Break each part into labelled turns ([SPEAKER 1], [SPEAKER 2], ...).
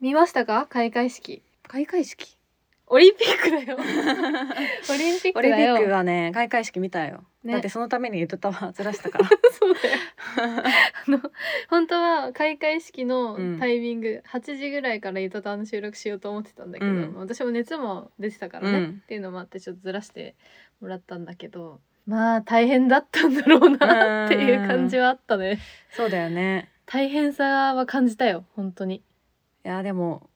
[SPEAKER 1] 見ましたか開会式
[SPEAKER 2] 開会 式
[SPEAKER 1] オリンピックだよ オリンピッ
[SPEAKER 2] オ
[SPEAKER 1] ク
[SPEAKER 2] リンピ
[SPEAKER 1] だよ
[SPEAKER 2] ックはね開会式見たよ、
[SPEAKER 1] ね
[SPEAKER 2] だってそのためにゆとたわずらした から
[SPEAKER 1] そうだよあの本当は開会式のタイミング、8時ぐらいからゆとたわの収録しようと思ってたんだけど、
[SPEAKER 2] うん
[SPEAKER 1] 私も熱も出てたからね、
[SPEAKER 2] うん
[SPEAKER 1] っていうのもあってちょっとずらしてもらったんだけどまあ大変だったんだろうなっていう感じはあったね
[SPEAKER 2] そうだよね
[SPEAKER 1] 大変さは感じたよ本当に
[SPEAKER 2] いやでも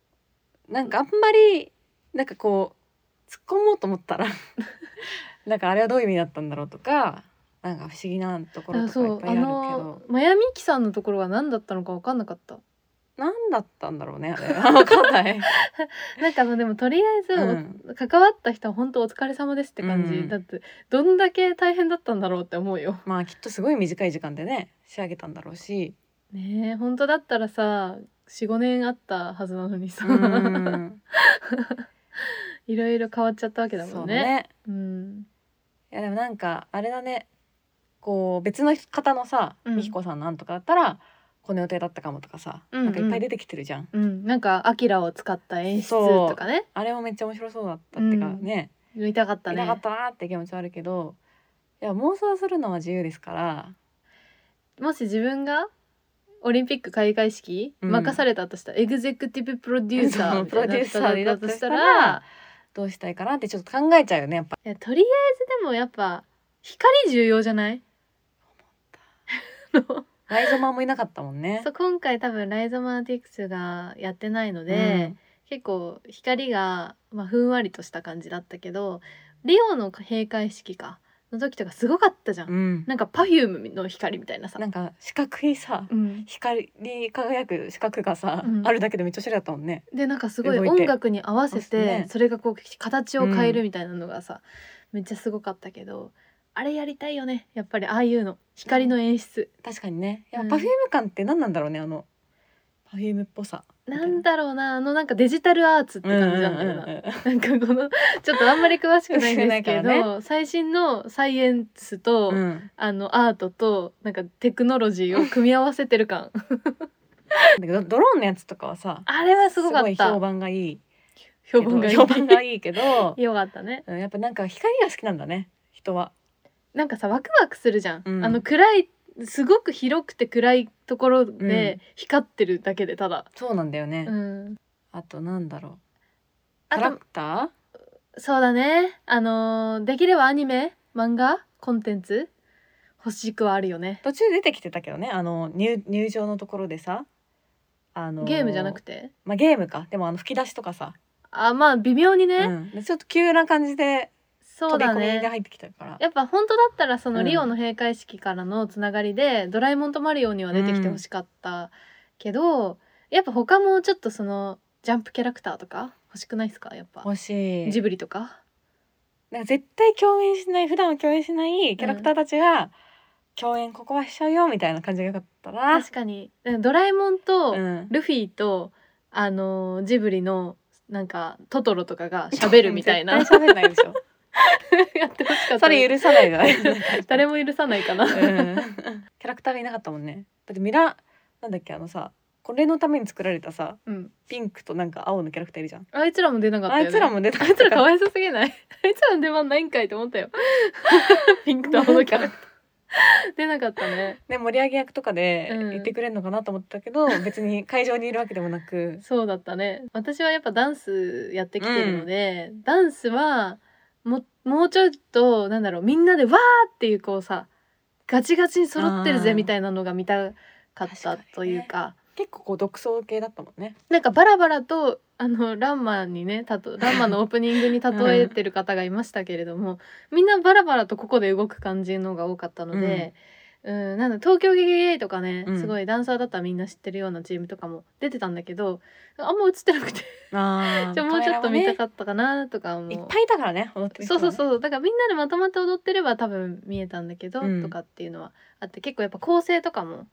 [SPEAKER 2] なんかあんまりなんかこう突っ込もうと思ったら なんかあれはどういう意味だったんだろうとかなんか不思議なところ
[SPEAKER 1] あ
[SPEAKER 2] とかい
[SPEAKER 1] そ
[SPEAKER 2] っ
[SPEAKER 1] う
[SPEAKER 2] ぱいあ
[SPEAKER 1] あ
[SPEAKER 2] るけ
[SPEAKER 1] の
[SPEAKER 2] ど
[SPEAKER 1] マヤミキさんのところは何だったのか分かんなかった
[SPEAKER 2] 何だったんだろうねあれは わかんない
[SPEAKER 1] なんかあのでもとりあえず、
[SPEAKER 2] うん
[SPEAKER 1] お関わった人は本当お疲れ様ですって感じ、
[SPEAKER 2] うん
[SPEAKER 1] だってどんだけ大変だったんだろうって思うよ。
[SPEAKER 2] まあきっとすごい短い時間でね仕上げたんだろうし
[SPEAKER 1] ねえ本当だったらさ45年あったはずなのにさ、
[SPEAKER 2] うん
[SPEAKER 1] いろいろ変わっちゃったわけだ
[SPEAKER 2] そ
[SPEAKER 1] も
[SPEAKER 2] うん
[SPEAKER 1] ね。
[SPEAKER 2] ね
[SPEAKER 1] うん、
[SPEAKER 2] いやでもなんかあれだねこう別の方のさ
[SPEAKER 1] うん
[SPEAKER 2] みひこさんなんとかだったら、この予定だったかもとかさ、
[SPEAKER 1] うんうん
[SPEAKER 2] なんかいっぱい出てきてるじゃん
[SPEAKER 1] うん、なんかアキラを使った演出とかね
[SPEAKER 2] あれもめっちゃ面白そうだったってか
[SPEAKER 1] うん
[SPEAKER 2] ね、
[SPEAKER 1] 見たかった
[SPEAKER 2] い
[SPEAKER 1] ね
[SPEAKER 2] なかったなって気持ちはあるけどいや妄想するのは自由ですから
[SPEAKER 1] もし自分がオリンピック開会式
[SPEAKER 2] うん
[SPEAKER 1] 任されたとしたら、エグゼクティブプロデューサ
[SPEAKER 2] そ
[SPEAKER 1] ー
[SPEAKER 2] う
[SPEAKER 1] みたいな
[SPEAKER 2] プロデューサーに
[SPEAKER 1] だ
[SPEAKER 2] なっ
[SPEAKER 1] ったたと
[SPEAKER 2] とし
[SPEAKER 1] したた
[SPEAKER 2] ら
[SPEAKER 1] ら
[SPEAKER 2] どうしたいかなってちょっと考えちゃうよねやっぱ
[SPEAKER 1] いやとりあえずでもやっぱ光重要じゃない あの
[SPEAKER 2] ライゾマもいなかったもんね
[SPEAKER 1] そう今回多分ライゾマーティクスがやってないので、結構光が、まあ、ふんわりとした感じだったけどリオの閉会式かの時とかすごかったじゃん、
[SPEAKER 2] うん、うん
[SPEAKER 1] なんかパフュームの光みたいなさ
[SPEAKER 2] なんか四角いさ
[SPEAKER 1] うん、
[SPEAKER 2] 光り輝く四角がさ、
[SPEAKER 1] うん
[SPEAKER 2] あるだけでめっちゃおしゃれだったもんね
[SPEAKER 1] でなんかすごい
[SPEAKER 2] 動いて
[SPEAKER 1] 音楽に合わせ
[SPEAKER 2] そ
[SPEAKER 1] て
[SPEAKER 2] うですね
[SPEAKER 1] それがこう形を変えるみたいなのがさ、めっちゃすごかったけどあれやりたいよねやっぱりああいうの光の演出、
[SPEAKER 2] 確かにねや
[SPEAKER 1] うん
[SPEAKER 2] パフューム感って何なんだろうねあのパフュームっぽさ
[SPEAKER 1] なんだろうなあのなんかデジタルアーツって感じなんだよな、
[SPEAKER 2] うんうんうん
[SPEAKER 1] なんかこのちょっとあんまり詳しくないんですけ
[SPEAKER 2] 詳しくないか
[SPEAKER 1] ど、最新のサイエンスと、
[SPEAKER 2] うんうん
[SPEAKER 1] あのアートとなんかテクノロジーを組み合わせてる 感
[SPEAKER 2] だけどドローンのやつとかはさ
[SPEAKER 1] あれはすごかっ
[SPEAKER 2] い
[SPEAKER 1] た
[SPEAKER 2] 評判がいい
[SPEAKER 1] 評判がいい
[SPEAKER 2] 評判がいい けど
[SPEAKER 1] よかったね
[SPEAKER 2] うんやっぱなんか光が好きなんだね人は
[SPEAKER 1] なんかさワクワクするじゃん、
[SPEAKER 2] うん
[SPEAKER 1] あの暗いすごく広くて暗いところ
[SPEAKER 2] う
[SPEAKER 1] で光ってるだけでただ、
[SPEAKER 2] そうなんだよね、
[SPEAKER 1] うん、
[SPEAKER 2] あとなんだろうキ
[SPEAKER 1] あ
[SPEAKER 2] ャラ
[SPEAKER 1] と
[SPEAKER 2] クタ
[SPEAKER 1] そうだねあのーできればアニメ漫画コンテンツ欲しくはあるよね
[SPEAKER 2] ー途中出てきてたけどねあの入入場のところでさあの
[SPEAKER 1] ゲームじゃなく
[SPEAKER 2] て
[SPEAKER 1] て
[SPEAKER 2] まあゲームかでもあの吹き出しとかさ、
[SPEAKER 1] あまあ微妙にね、
[SPEAKER 2] うんでちょっと急な感じで
[SPEAKER 1] そ
[SPEAKER 2] 飛
[SPEAKER 1] う
[SPEAKER 2] び
[SPEAKER 1] だ
[SPEAKER 2] 込みで
[SPEAKER 1] ね
[SPEAKER 2] 入ってきたから、
[SPEAKER 1] やっぱ本当だったらそうの
[SPEAKER 2] ん
[SPEAKER 1] リオの閉会式からのつながりで、ドラえもんとマリオには出てきてほしかったけど、やっぱ他もちょっとそのジャンプキャラクターとか欲しくないですかやっぱ
[SPEAKER 2] もし
[SPEAKER 1] ジブリとか
[SPEAKER 2] なんか絶対共演しない普段は共演しないキャラクターたちが、共演ここはしちゃうよみたいな感じがよかったら
[SPEAKER 1] 確かにドラえもんと
[SPEAKER 2] うん
[SPEAKER 1] ルフィと、あのージブリのなんかトトロとか が喋るみたいなやっ
[SPEAKER 2] 絶対喋んないでし ょ
[SPEAKER 1] てほしかった
[SPEAKER 2] それ許さないじゃない
[SPEAKER 1] 誰も許さないかな、
[SPEAKER 2] うんキャラクターがいなかったもんねだってミラなんだっけあのさこれのために作られたさ
[SPEAKER 1] うん、
[SPEAKER 2] ピンクとなんか青のキャラクターいるじゃん、
[SPEAKER 1] あいつらも出なかった
[SPEAKER 2] あ
[SPEAKER 1] よね
[SPEAKER 2] いつらも出た
[SPEAKER 1] あいつらかわいそうすぎない あいつらの出番ないんかいと思ったよ ピンクと青のキャラクター出なかったね
[SPEAKER 2] ね盛り上げ役とかで
[SPEAKER 1] うん
[SPEAKER 2] 言ってくれるのかなと思ったけど、別に会場にいるわけでもなく
[SPEAKER 1] そうだったね私はやっぱダンスやってきてるので、ダンスはももうちょっとなんだろうみんなでわーっていうこうさガチガチに揃ってる
[SPEAKER 2] あー
[SPEAKER 1] ぜみたいなのが見たかっ
[SPEAKER 2] 確
[SPEAKER 1] た
[SPEAKER 2] かにね
[SPEAKER 1] というか
[SPEAKER 2] 結構こう独創系だったもんね
[SPEAKER 1] なんかバラバラとあのランマにねた とランマのオープニングに例えてる方がいましたけれども、みんなバラバラとここで動く感じのが多かったので、うん、なんだ東京ゲゲゲとかね、
[SPEAKER 2] うん
[SPEAKER 1] すごいダンサーだったらみんな知ってるようなチームとかも出てたんだけどあんま映ってなくて
[SPEAKER 2] あ
[SPEAKER 1] じゃあもうちょっと見た
[SPEAKER 2] か
[SPEAKER 1] かったかなとかも、
[SPEAKER 2] いっぱいいたからね踊ってる人
[SPEAKER 1] そう
[SPEAKER 2] はね
[SPEAKER 1] そうそうだからみんなでまとまって踊ってれば多分見えたんだけど、
[SPEAKER 2] うん
[SPEAKER 1] とかっていうのはあって結構やっぱ構成とかも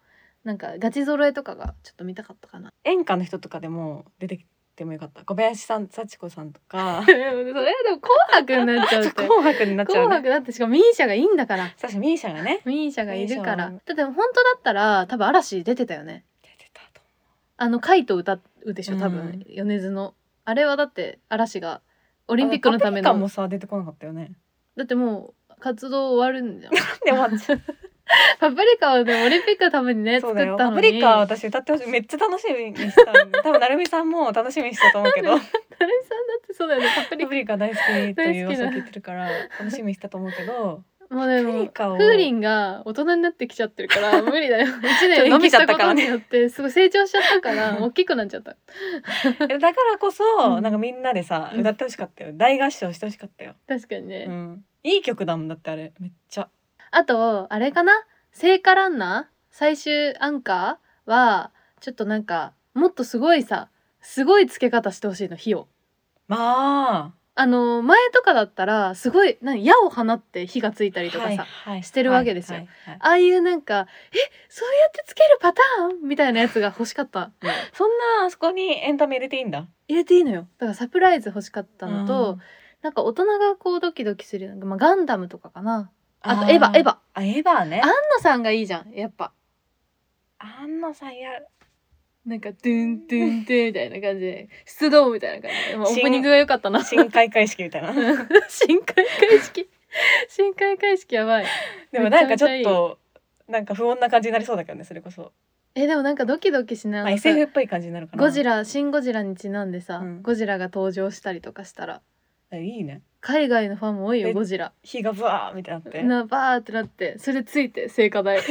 [SPEAKER 1] なんかガチ揃えとかがちょっと見たかったかな。
[SPEAKER 2] 演歌の人とかでも出てきてもよかった小林さん幸子さんと か
[SPEAKER 1] それはでも「紅白」になっちゃうっ て
[SPEAKER 2] 紅白になっちゃ
[SPEAKER 1] 紅
[SPEAKER 2] うね
[SPEAKER 1] 白だってしかもミーシャがいいんだから
[SPEAKER 2] 確かミーシャがね
[SPEAKER 1] ミーシャがいるからだ
[SPEAKER 2] ミー
[SPEAKER 1] って本当だったら多分嵐出てたよね
[SPEAKER 2] 出てたと
[SPEAKER 1] あのカイト歌うでしょ多分、
[SPEAKER 2] う
[SPEAKER 1] 米津のあれはだって嵐がオリンピックのため
[SPEAKER 2] あパプリカも
[SPEAKER 1] の
[SPEAKER 2] さ出てこなかったよね。
[SPEAKER 1] だってもう活動終わるんじゃん
[SPEAKER 2] でも私
[SPEAKER 1] パプリカはでもオリンピックのためにね
[SPEAKER 2] そ
[SPEAKER 1] 作
[SPEAKER 2] う
[SPEAKER 1] っ
[SPEAKER 2] だよ。
[SPEAKER 1] た
[SPEAKER 2] パ
[SPEAKER 1] の
[SPEAKER 2] プ
[SPEAKER 1] に
[SPEAKER 2] リカ私歌ってほしい。めっちゃ楽しみにしたんで。多分なるみさんも楽しみにしたと思うけど、 パ
[SPEAKER 1] 成美さんだってそうだよねパプリ
[SPEAKER 2] プリカ大好きという
[SPEAKER 1] 大好き
[SPEAKER 2] 噂
[SPEAKER 1] だ
[SPEAKER 2] を聞いてるから楽しみにしたと思うけど、
[SPEAKER 1] カもうで
[SPEAKER 2] パプ
[SPEAKER 1] も
[SPEAKER 2] リカを
[SPEAKER 1] 風鈴が大人になってきちゃってる から無理だよ一年
[SPEAKER 2] ちょっと
[SPEAKER 1] 飲
[SPEAKER 2] 生
[SPEAKER 1] み
[SPEAKER 2] き
[SPEAKER 1] し
[SPEAKER 2] ちゃったた
[SPEAKER 1] こ
[SPEAKER 2] から
[SPEAKER 1] と
[SPEAKER 2] ね
[SPEAKER 1] によってすごい成長しちゃった から大きくなっちゃった
[SPEAKER 2] だからこそ
[SPEAKER 1] うん
[SPEAKER 2] なんかみんなでさ
[SPEAKER 1] うん
[SPEAKER 2] 歌ってほしかったよ。大合唱してほしかったよ。
[SPEAKER 1] 確かにね、
[SPEAKER 2] うん。いい曲だもんだってあれめっちゃ。
[SPEAKER 1] あとあれかな聖火ランナー最終アンカーはちょっとなんかもっとすごいさすごいつけ方してほしいの火を。
[SPEAKER 2] まあ。
[SPEAKER 1] あの前とかだったらすごい何矢を放って火がついたりとかさ、
[SPEAKER 2] はい
[SPEAKER 1] してるわけですよ。
[SPEAKER 2] はいはいはい
[SPEAKER 1] ああいうなんかえそうやってつけるパターンみたいなやつが欲しかった
[SPEAKER 2] そんなあそこにエンタメ入れていいんだ。
[SPEAKER 1] 入れていいのよだからサプライズ欲しかったのと、
[SPEAKER 2] うん
[SPEAKER 1] なんか大人がこうドキドキするような、まあ、ガンダムとかかなあと
[SPEAKER 2] ー
[SPEAKER 1] エヴァエヴァ。
[SPEAKER 2] あエヴァね。
[SPEAKER 1] アンナさんがいいじゃんやっぱ
[SPEAKER 2] あんなさや
[SPEAKER 1] なんか、ドゥンドゥンドゥンみたいな感じで、出動みたいな感じで、まあ、オ
[SPEAKER 2] 新
[SPEAKER 1] ープニングが良かった な。
[SPEAKER 2] 新開会式み たいな。
[SPEAKER 1] 新開会式。新開会式やばい。
[SPEAKER 2] でもなん
[SPEAKER 1] め
[SPEAKER 2] か
[SPEAKER 1] ち
[SPEAKER 2] ち
[SPEAKER 1] ゃ
[SPEAKER 2] ょ
[SPEAKER 1] め
[SPEAKER 2] っ
[SPEAKER 1] ちゃいい
[SPEAKER 2] となんか不穏な感じになりそうだけどねそれこそ、
[SPEAKER 1] え、でもなんかドキドキしな
[SPEAKER 2] ま
[SPEAKER 1] が
[SPEAKER 2] あ、
[SPEAKER 1] ら、
[SPEAKER 2] SF っぽい感じになるかな
[SPEAKER 1] ゴジラ、新ゴジラにちなんでさ、
[SPEAKER 2] うん
[SPEAKER 1] ゴジラが登場したりとかしたら、
[SPEAKER 2] えいいね
[SPEAKER 1] 海外のファンも多いよ、
[SPEAKER 2] え
[SPEAKER 1] ゴジラ。
[SPEAKER 2] 火がブワーみたいになって
[SPEAKER 1] な、バーってなって、それついて、聖火台。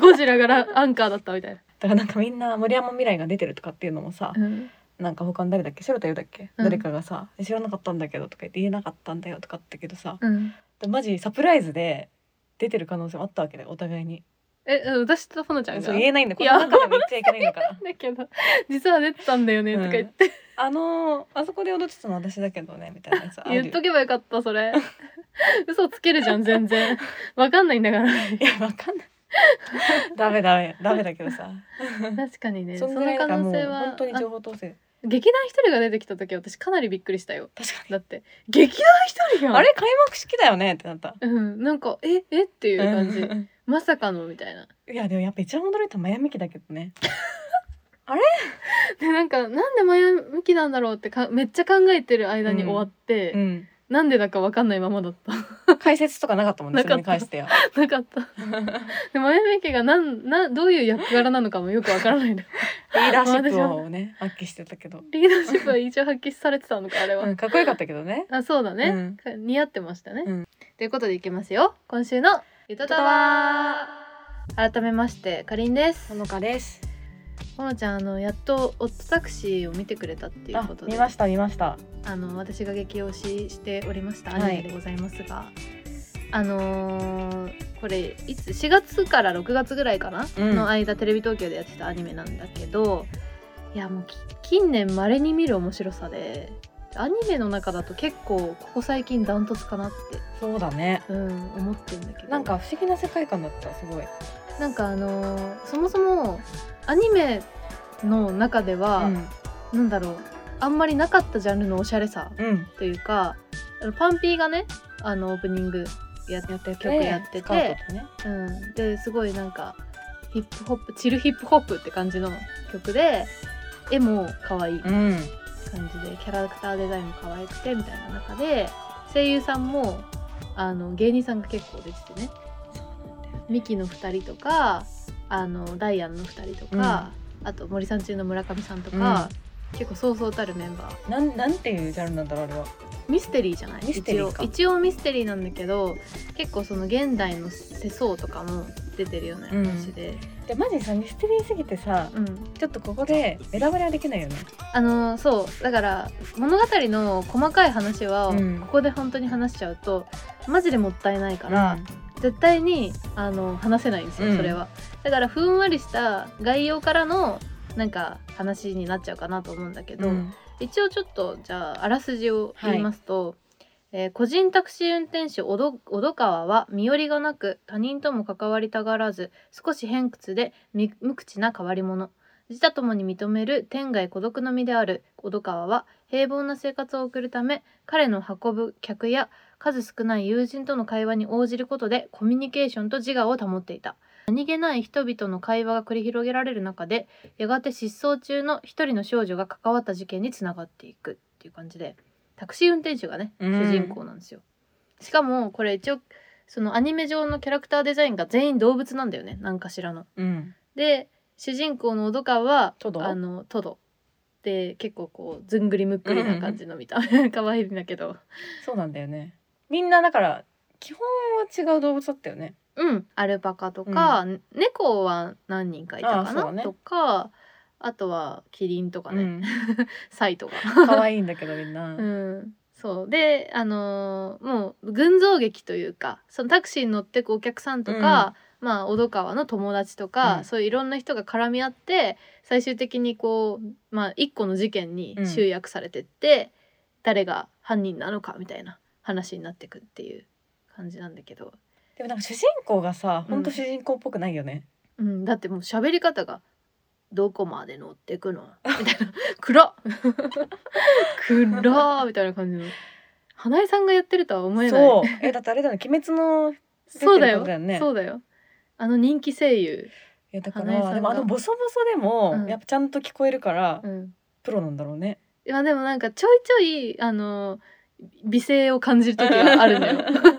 [SPEAKER 1] ゴジラがラアンカーだったみたいな。
[SPEAKER 2] だからなんかみんな森山未来が出てるとかっていうのもさ、
[SPEAKER 1] うん
[SPEAKER 2] なんか他の誰だっけ白田優だっけ、
[SPEAKER 1] うん
[SPEAKER 2] 誰かがさ「知らなかったんだけど」とか言って言えなかったんだよとかって言ったけどさ
[SPEAKER 1] うん、
[SPEAKER 2] でマジサプライズで出てる可能性もあったわけでお互いに
[SPEAKER 1] え、うん私とほのちゃんが。
[SPEAKER 2] そう
[SPEAKER 1] な
[SPEAKER 2] 言えないんだこ
[SPEAKER 1] い
[SPEAKER 2] の
[SPEAKER 1] や
[SPEAKER 2] 中でも言っちゃいけないんだから
[SPEAKER 1] んだけど、実は出てたんだよね、とか言って、
[SPEAKER 2] あのーあそこで踊ってたの私だけどねみたいなやつあるよ
[SPEAKER 1] 言っとけばよかった、それ。 嘘つけるじゃん、全然。わかんないんだから。
[SPEAKER 2] いやわかんないダメダメダメだけ どさ
[SPEAKER 1] 確かにねそ
[SPEAKER 2] そん
[SPEAKER 1] の
[SPEAKER 2] ぐらい
[SPEAKER 1] 可
[SPEAKER 2] が
[SPEAKER 1] 能
[SPEAKER 2] もう
[SPEAKER 1] 性は
[SPEAKER 2] 本当に情
[SPEAKER 1] あ
[SPEAKER 2] 報統制
[SPEAKER 1] 劇団一人が出てきた時私かなりびっくりしたよ
[SPEAKER 2] 確か
[SPEAKER 1] だって劇団一人や
[SPEAKER 2] に
[SPEAKER 1] ん
[SPEAKER 2] あれ開幕式だよねってなった
[SPEAKER 1] うんなんかええっていう感じ
[SPEAKER 2] うん
[SPEAKER 1] まさかのみたいな
[SPEAKER 2] うんいやでもやっぱ一番驚いたのはマヤミキだけどね
[SPEAKER 1] でなんかなんで前向きなんだろうってかめっちゃ考えてる間に終わって、
[SPEAKER 2] うん
[SPEAKER 1] なんでだかわかんないままだった
[SPEAKER 2] 解説とかなかったもん
[SPEAKER 1] な
[SPEAKER 2] ねそ
[SPEAKER 1] か
[SPEAKER 2] れ
[SPEAKER 1] った
[SPEAKER 2] に関しては
[SPEAKER 1] なかったで前向きがなんなんどういう役柄なのかもよくわからないの
[SPEAKER 2] リーダーシップをね発揮してたけど、
[SPEAKER 1] リーダーシップは一応発揮されてたのかあれは、
[SPEAKER 2] うん、かっこよかったけどね
[SPEAKER 1] あそうだね、
[SPEAKER 2] うん
[SPEAKER 1] か似合ってましたね、
[SPEAKER 2] うん
[SPEAKER 1] ということでいきますよ今週の「ゆとたわ」改めましてかりんです
[SPEAKER 2] ほのかです
[SPEAKER 1] ほのちゃんあのやっと「オットタクシー」を見てくれたっていう
[SPEAKER 2] あ
[SPEAKER 1] ことで
[SPEAKER 2] 見ました見ました
[SPEAKER 1] あの私が激推ししておりましたア
[SPEAKER 2] はい
[SPEAKER 1] ニメでございますが、あのーこれいつ4月から6月ぐらいかな、
[SPEAKER 2] うん
[SPEAKER 1] の間テレビ東京でやってたアニメなんだけどいやもうき近年まれに見る面白さでアニメの中だと結構ここ最近ダントツかなって
[SPEAKER 2] そうだね
[SPEAKER 1] うん、思ってるんだけど
[SPEAKER 2] なんか不思議な世界観だったすごい、
[SPEAKER 1] なんかあのーそもそもアニメの中では、なんだろうあんまりなかったジャンルのおしゃれさ
[SPEAKER 2] うんうん
[SPEAKER 1] というかあのパンピーがねあのオープニングやっ
[SPEAKER 2] やってて
[SPEAKER 1] 曲やってて
[SPEAKER 2] スカートとね
[SPEAKER 1] うん、ですごいなんかヒップホップチルヒップホップって感じの曲で絵も可愛い感
[SPEAKER 2] ん
[SPEAKER 1] じでキャラクターデザインも可愛くてみたいな中で声優さんもあの芸人さんが結構出ててねミキの2人とかあのダイアンの2人とか、あと森さん中の村上さんとか、結構そうそうたるメンバー
[SPEAKER 2] なんなんていうジャンルなんだろうあれは
[SPEAKER 1] ミステリーじゃない
[SPEAKER 2] ミステリーか
[SPEAKER 1] 一応一応ミステリーなんだけど結構その現代の世相とかも出てるような話で、
[SPEAKER 2] でマジさミステリーすぎてさ
[SPEAKER 1] うん
[SPEAKER 2] ちょっとここでベラベラできないよね
[SPEAKER 1] あのーそうだから物語の細かい話は、
[SPEAKER 2] うん
[SPEAKER 1] ここで本当に話しちゃうとマジでもったいないか、
[SPEAKER 2] からら、
[SPEAKER 1] 絶対にあの話せないんですよ、
[SPEAKER 2] うん
[SPEAKER 1] それはだからふんわりした概要からのなんか話になっちゃうかなと思うんだけど、一応ちょっとじゃああらすじを言いますと、えー個人タクシー運転手小戸小戸川は身寄りがなく他人とも関わりたがらず少し偏屈でみ無口な変わり者自他ともに認める天涯孤独の身である小戸川は平凡な生活を送るため彼の運ぶ客や数少ない友人との会話に応じることでコミュニケーションと自我を保っていた何気ない人々の会話が繰り広げられる中でやがて失踪中の一人の少女が関わった事件につながっていくっていう感じでタクシー運転手がね
[SPEAKER 2] うん
[SPEAKER 1] 主人公なんですよ。しかもこれ一応そのアニメ上のキャラクターデザインが全員動物なんだよね何かしらの。
[SPEAKER 2] うん
[SPEAKER 1] で主人公の小戸川は
[SPEAKER 2] トド
[SPEAKER 1] あのトドで結構こうずんぐりむっくりな感じの見た目 可愛いんだけど
[SPEAKER 2] そうなんだよねみんなだから基本は違う動物だったよね
[SPEAKER 1] うん、アルパカとか、ね猫は何人かいた
[SPEAKER 2] あ
[SPEAKER 1] か
[SPEAKER 2] そうだ
[SPEAKER 1] な、
[SPEAKER 2] ね
[SPEAKER 1] とかあとはキリンとかね、
[SPEAKER 2] うん
[SPEAKER 1] サイとか。
[SPEAKER 2] 可愛いんだけどみんな、
[SPEAKER 1] うん、そうであのーもう群像劇というかそのタクシーに乗ってくお客さんとか、まあ小戸川の友達とか、
[SPEAKER 2] うん
[SPEAKER 1] そういういろんな人が絡み合って最終的にこう、まあ、一個の事件に集約されてって、誰が犯人なのかみたいな話になってくっていう感じなんだけど。
[SPEAKER 2] でもなんか主人公がさ
[SPEAKER 1] うん
[SPEAKER 2] 本当主人公っぽくないよね、
[SPEAKER 1] うん、だってもう喋り方が「どこまで乗ってくの?」みたい な「暗っ 暗っ」みたいな感じの花江さんがやってるとは思えない
[SPEAKER 2] そうえだってあれだね鬼滅のい
[SPEAKER 1] そうだよ
[SPEAKER 2] 出てるってことだよね
[SPEAKER 1] そうだよあの人気声優、
[SPEAKER 2] やだか
[SPEAKER 1] 花江さんが
[SPEAKER 2] らでもあのボソボソでも、
[SPEAKER 1] うん
[SPEAKER 2] やっぱちゃんと聞こえるから、
[SPEAKER 1] うん、
[SPEAKER 2] プロなんだろうね
[SPEAKER 1] いやでもなんかちょいちょいあの美声を感じる時 があるんだよ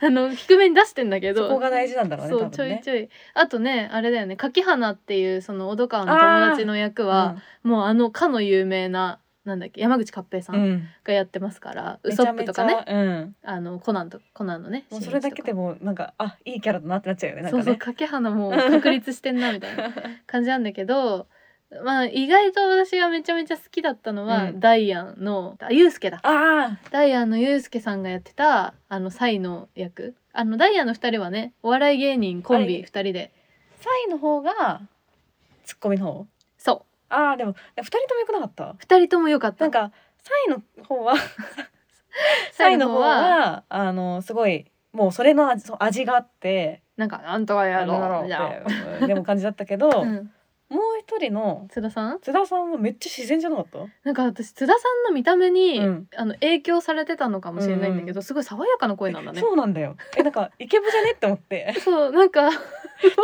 [SPEAKER 1] あの低めに出してんだけど
[SPEAKER 2] そこが大事なんだろうね
[SPEAKER 1] そう
[SPEAKER 2] 多
[SPEAKER 1] ちょ
[SPEAKER 2] 分
[SPEAKER 1] い
[SPEAKER 2] ね
[SPEAKER 1] ちょいあとねあれだよね柿花っていうその小戸川の友達の役は、もうあのかの有名ななんだっけ山口勝平さ
[SPEAKER 2] うん
[SPEAKER 1] ん
[SPEAKER 2] うん
[SPEAKER 1] がやってますから、ウ
[SPEAKER 2] めち
[SPEAKER 1] ソ
[SPEAKER 2] ゃ
[SPEAKER 1] ップ
[SPEAKER 2] めち
[SPEAKER 1] と
[SPEAKER 2] ゃ
[SPEAKER 1] かね
[SPEAKER 2] うん
[SPEAKER 1] あのコナンとコナンのね
[SPEAKER 2] もうそれだけで
[SPEAKER 1] も、
[SPEAKER 2] もなんかあいいキャラだなってなっちゃうよねなん
[SPEAKER 1] そ
[SPEAKER 2] か
[SPEAKER 1] うそう
[SPEAKER 2] ね
[SPEAKER 1] 掛花もう確立してんなみたいな感じなんだけどまあ意外と私がめちゃめちゃ好きだったのは、
[SPEAKER 2] うん
[SPEAKER 1] ダイアンのあユウスケだ
[SPEAKER 2] あ
[SPEAKER 1] ダイアンのユウスケさんがやってたあのサイの役あのダイアンの2人はねお笑い芸人コン
[SPEAKER 2] は
[SPEAKER 1] ビ
[SPEAKER 2] い
[SPEAKER 1] 2人で、
[SPEAKER 2] ーサイの方がツッコミの方
[SPEAKER 1] そ
[SPEAKER 2] ああでも二人ともよくなかった
[SPEAKER 1] う2人とも良かった
[SPEAKER 2] なんかサイの方はサ
[SPEAKER 1] サ
[SPEAKER 2] イ
[SPEAKER 1] イ
[SPEAKER 2] の
[SPEAKER 1] の
[SPEAKER 2] 方
[SPEAKER 1] 方は
[SPEAKER 2] はあのすごいもうそれの味そう味があって
[SPEAKER 1] なんかなんとかやろうみたいな
[SPEAKER 2] ってでも感じだったけど、
[SPEAKER 1] う
[SPEAKER 2] もうん一人の
[SPEAKER 1] 津田さん
[SPEAKER 2] 津田さんはめっちゃ自然じゃなかった、
[SPEAKER 1] なんか私津田さんの見た目に、
[SPEAKER 2] うん
[SPEAKER 1] あの影響されてたのかもしれないんだけど、すごい爽やかな声なんだね。
[SPEAKER 2] そうなんだよえなんかイケボじゃねって思って
[SPEAKER 1] そうなんか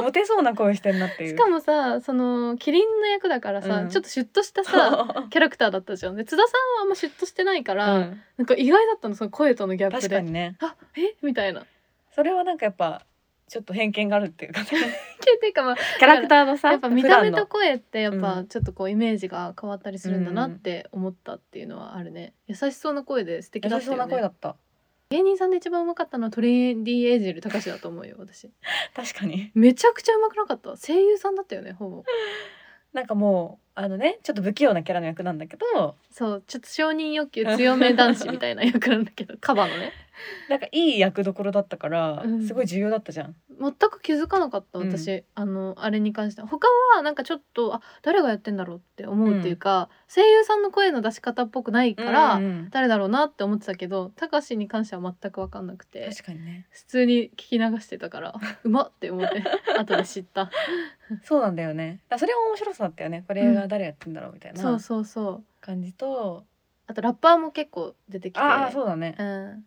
[SPEAKER 2] モテそうな声してんなっていう
[SPEAKER 1] しかもさそのキリンの役だからさ、
[SPEAKER 2] うん
[SPEAKER 1] ちょっとシュッとした さキャラクターだったじゃんで津田さんはあんまシュッとしてないから、
[SPEAKER 2] うん
[SPEAKER 1] なんか意外だったのその声とのギャップ
[SPEAKER 2] 確
[SPEAKER 1] で
[SPEAKER 2] かにね
[SPEAKER 1] あえみたい な。
[SPEAKER 2] それはなんかやっぱちょっと偏見があるっていうか ね
[SPEAKER 1] っていうかまあ
[SPEAKER 2] キャラクターのさ
[SPEAKER 1] やっぱ見た目と
[SPEAKER 2] 普
[SPEAKER 1] 声ってやっ
[SPEAKER 2] う
[SPEAKER 1] ぱちょっとこうイメージが変わったりするんだなって思ったっていうのはあるね優しそうな声で素敵
[SPEAKER 2] 段
[SPEAKER 1] だ
[SPEAKER 2] の
[SPEAKER 1] っ
[SPEAKER 2] 優したそうな
[SPEAKER 1] よ
[SPEAKER 2] 声
[SPEAKER 1] ね
[SPEAKER 2] だった
[SPEAKER 1] 芸人さんで一番うまかったのはトレンディエイジェル高橋だと思うよ私
[SPEAKER 2] 確かに
[SPEAKER 1] めちゃくちゃうまくなかった声優さんだったよねほぼ
[SPEAKER 2] なんかもうあのねちょっと不器用なキャラの役なんだけど
[SPEAKER 1] そうちょっと承認欲求強め男子みたいな役なんだけどカバのね
[SPEAKER 2] なんかいい役どころだったから、
[SPEAKER 1] うん
[SPEAKER 2] すごい重要だったじゃん
[SPEAKER 1] 全く気づかなかった私、あのあれに関しては他はなんかちょっとあ誰がやってんだろうって思うっていうか、声優さんの声の出し方っぽくないから、
[SPEAKER 2] うんうん
[SPEAKER 1] 誰だろうなって思ってたけどたかしに関しては全く分かんなくて
[SPEAKER 2] 確かにね
[SPEAKER 1] 普通に聞き流してた からうまっって思って後で知った
[SPEAKER 2] そうなんだよねだからそれは面白さだったよねこれが誰やってんだろうみたい
[SPEAKER 1] そう
[SPEAKER 2] な
[SPEAKER 1] そうそう
[SPEAKER 2] 感じと、
[SPEAKER 1] あとラッパーも結構出てきて
[SPEAKER 2] ああそうだね、
[SPEAKER 1] うん、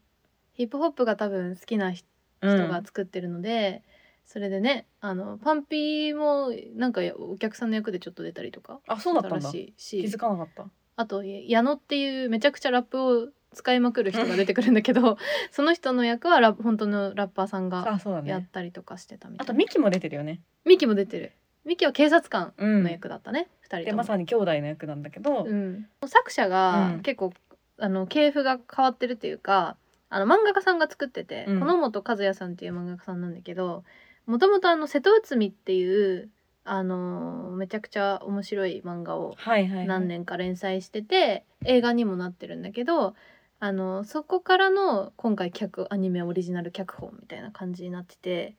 [SPEAKER 1] ヒップホップが多分好きな人
[SPEAKER 2] うん
[SPEAKER 1] 人が作ってるので、それでねあのパンピーもなんかお客さんの役でちょっと出たりとか
[SPEAKER 2] あそうだったんだ
[SPEAKER 1] し
[SPEAKER 2] 気
[SPEAKER 1] いし
[SPEAKER 2] づかなかった
[SPEAKER 1] あとや矢野っていうめちゃくちゃラップを使いまくる人が出てくるんだけ どその人の役はラ本当のラッパーさんが
[SPEAKER 2] あそうだ
[SPEAKER 1] やっ
[SPEAKER 2] ね
[SPEAKER 1] たりとかしてたみた
[SPEAKER 2] あ
[SPEAKER 1] い
[SPEAKER 2] と
[SPEAKER 1] な、
[SPEAKER 2] ミキも出てるよね
[SPEAKER 1] ミキも出てるミキは警察官
[SPEAKER 2] うん
[SPEAKER 1] の役だったね、二人
[SPEAKER 2] で
[SPEAKER 1] とも、
[SPEAKER 2] まさに兄弟の役なんだけど、
[SPEAKER 1] うん、作者が
[SPEAKER 2] うん
[SPEAKER 1] 結構、あの系譜が変わってるっていうかあの漫画家さんが作ってて、
[SPEAKER 2] うん
[SPEAKER 1] この本和也さんっていう漫画家さんなんだけどもともとあの瀬戸内海っていうあのーめちゃくちゃ面白い漫画を
[SPEAKER 2] はいはいはい
[SPEAKER 1] 何年か連載してて、映画にもなってるんだけどあのそこからの今回脚アニメオリジナル脚本みたいな感じになってて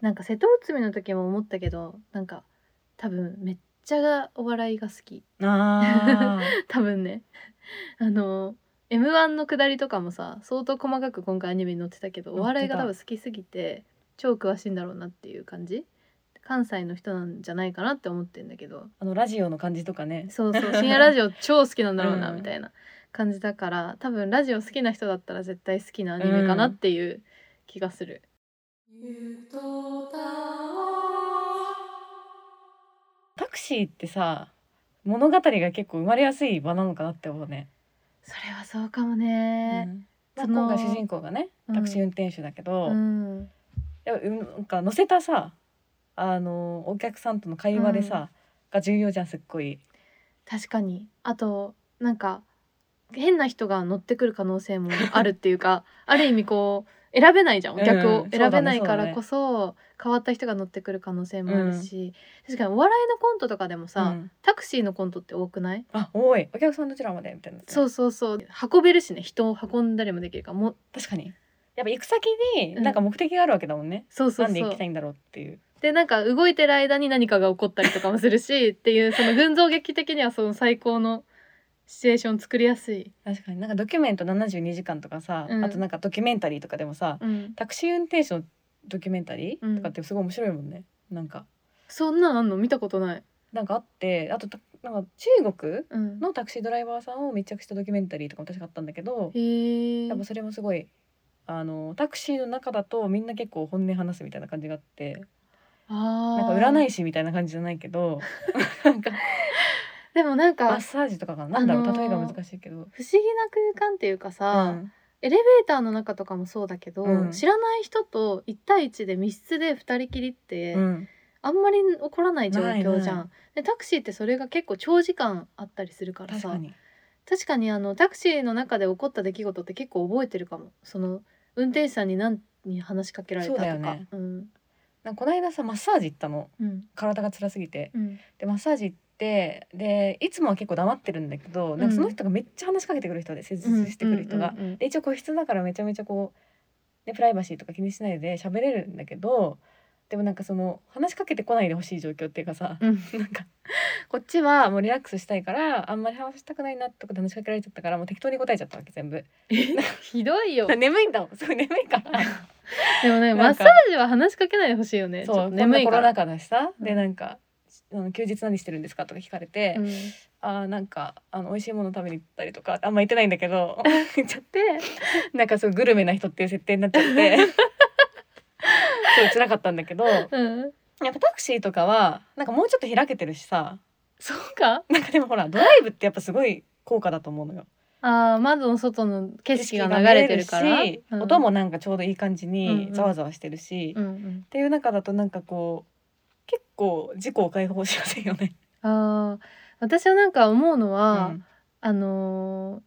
[SPEAKER 1] なんか瀬戸内海の時も思ったけどなんか多分めっちゃお笑いが好き
[SPEAKER 2] あー
[SPEAKER 1] 多分ねあの m 1の下りとかもさ相当細かく今回アニメに載ってたけどお笑いが
[SPEAKER 2] 載
[SPEAKER 1] 多
[SPEAKER 2] って
[SPEAKER 1] 分好きすぎて超詳しいんだろうなっていう感じ関西の人なんじゃないかなって思ってんだけど
[SPEAKER 2] あのラジオの感じとかね
[SPEAKER 1] そうそう深夜ラジオ超好きなんだろうな
[SPEAKER 2] うん
[SPEAKER 1] みたいな感じだから多分ラジオ好きな人だったら絶対好きなアニメかなっていう気がする。
[SPEAKER 3] ゆとたわ
[SPEAKER 2] タクシーってさ物語が結構生まれやすい場なのかなって思うね。
[SPEAKER 1] それはそうかもね。
[SPEAKER 2] まあ、
[SPEAKER 1] その
[SPEAKER 2] 今回主人公がね
[SPEAKER 1] うん
[SPEAKER 2] タクシー運転手だけど、
[SPEAKER 1] うん。
[SPEAKER 2] やっぱうんなんか乗せたさあのお客さんとの会話でさ、が重要じゃんすっごい。
[SPEAKER 1] 確かにあとなんか変な人が乗ってくる可能性もあるっていう かある意味こう選べないじゃんお客
[SPEAKER 2] うん
[SPEAKER 1] を
[SPEAKER 2] うん
[SPEAKER 1] 選べないか
[SPEAKER 2] そうだね
[SPEAKER 1] らこそ、変わった人が乗ってくる可能性もあるし、確かにお笑いのコントとかでもさ、
[SPEAKER 2] うん
[SPEAKER 1] タクシーのコントって多くない
[SPEAKER 2] あ多いお客さんどちらまでみたいな、
[SPEAKER 1] そうそうそう運べるしね人を運んだりもできるからも
[SPEAKER 2] 確かにやっぱ行く先に
[SPEAKER 1] うん
[SPEAKER 2] なんか目的があるわけだもんね、
[SPEAKER 1] そうそう
[SPEAKER 2] なんで
[SPEAKER 1] そ
[SPEAKER 2] 行き
[SPEAKER 1] う
[SPEAKER 2] たいんだろうっていう
[SPEAKER 1] でなんか動いてる間に何かが起こったりとかもするし っていうその群像劇的にはその最高のシチュエーション作りやすい、
[SPEAKER 2] 確かになんかドキュメント72時間とかさ、
[SPEAKER 1] うん
[SPEAKER 2] あとなんかドキュメンタリーとかでもさ、
[SPEAKER 1] うん、
[SPEAKER 2] タクシー運転手のドキュメンタリ
[SPEAKER 1] う
[SPEAKER 2] ー
[SPEAKER 1] ん
[SPEAKER 2] とかってすごい面白いもんねなんか
[SPEAKER 1] そんなんあんの見たことない、
[SPEAKER 2] なんかあってあとたなんか中国
[SPEAKER 1] うん、
[SPEAKER 2] のタクシードライバーさんを密着したドキュメンタリーとかも確かあったんだけど
[SPEAKER 1] へえ
[SPEAKER 2] やっぱそれもすごいあのタクシーの中だとみんな結構本音話すみたいな感じがあって
[SPEAKER 1] あ
[SPEAKER 2] なんか
[SPEAKER 1] ー
[SPEAKER 2] 占い師みたいな感じじゃないけどなんか
[SPEAKER 1] でもなん
[SPEAKER 2] マ
[SPEAKER 1] か
[SPEAKER 2] ッサージとかかななんだろう、
[SPEAKER 1] あのー
[SPEAKER 2] 例えが難しいけど。
[SPEAKER 1] 不思議な空間っていうかさ、
[SPEAKER 2] うん
[SPEAKER 1] エレベーターの中とかもそうだけど、
[SPEAKER 2] うん
[SPEAKER 1] 知らない人と1対1で密室で2人きりって、
[SPEAKER 2] うん
[SPEAKER 1] あんまり起こらない状況じゃん
[SPEAKER 2] ない
[SPEAKER 1] でタクシーってそれが結構長時間あったりするから
[SPEAKER 2] 確
[SPEAKER 1] さ
[SPEAKER 2] かに
[SPEAKER 1] 確かにあのタクシーの中で起こった出来事って結構覚えてるかもその運転手さんに何に話しかけられたとか
[SPEAKER 2] そうだよね
[SPEAKER 1] うん
[SPEAKER 2] なんかこの間さマッサージ行ったの
[SPEAKER 1] うん
[SPEAKER 2] 体が辛すぎて
[SPEAKER 1] うん
[SPEAKER 2] でマッサージ行ってでいつもは結構黙ってるんだけど、なんかその人がめっちゃ話しかけてくる人で施術してくる人が、
[SPEAKER 1] うんうんうんうん
[SPEAKER 2] で一応個室だからめちゃめちゃこう、ね、プライバシーとか気にしないで喋れるんだけどでもなんかその話しかけてこないでほしい状況っていうかさ、
[SPEAKER 1] うん
[SPEAKER 2] なんかこっちはもうリラックスしたいからあんまり話したくないなとか話しかけられちゃったからもう適当に答えちゃったわけ全 部
[SPEAKER 1] ひどいよ
[SPEAKER 2] 眠いんだもんすごい眠いから
[SPEAKER 1] でもねマ
[SPEAKER 2] な
[SPEAKER 1] ッ
[SPEAKER 2] んか
[SPEAKER 1] サージは話しかけないでほしいよねちょっ
[SPEAKER 2] そ
[SPEAKER 1] と
[SPEAKER 2] う
[SPEAKER 1] 眠
[SPEAKER 2] 眠
[SPEAKER 1] い
[SPEAKER 2] い
[SPEAKER 1] か
[SPEAKER 2] コロ
[SPEAKER 1] ら
[SPEAKER 2] ナ禍だしさ、
[SPEAKER 1] うん
[SPEAKER 2] でなんかあの休日何してるんですかとか聞かれて、
[SPEAKER 1] うん
[SPEAKER 2] あーなんかあの美味しいもの食べに行ったりとかあんま行ってないんだ けど言っちゃって
[SPEAKER 1] で
[SPEAKER 2] なんかそうグルメな人っていう設定になっちゃって そう辛かったんだけどやっ
[SPEAKER 1] うん
[SPEAKER 2] ぱタクシーとかはなんかもうちょっと開けてるしさ
[SPEAKER 1] そうか
[SPEAKER 2] なんかでもほらドライブってやっぱすごい効果だと思うのよ
[SPEAKER 1] あー窓の外の景色が流れてるから
[SPEAKER 2] 景色が見えるし、
[SPEAKER 1] うん
[SPEAKER 2] 音もなんかちょうどいい感じ
[SPEAKER 1] うん
[SPEAKER 2] に
[SPEAKER 1] うん
[SPEAKER 2] ざわざわしてるし、
[SPEAKER 1] う
[SPEAKER 2] っ
[SPEAKER 1] ん
[SPEAKER 2] ていう中だとなんかこう結構自己を解放しやすいよね。
[SPEAKER 1] うんあー私はなんか思うのは、
[SPEAKER 2] うん
[SPEAKER 1] あの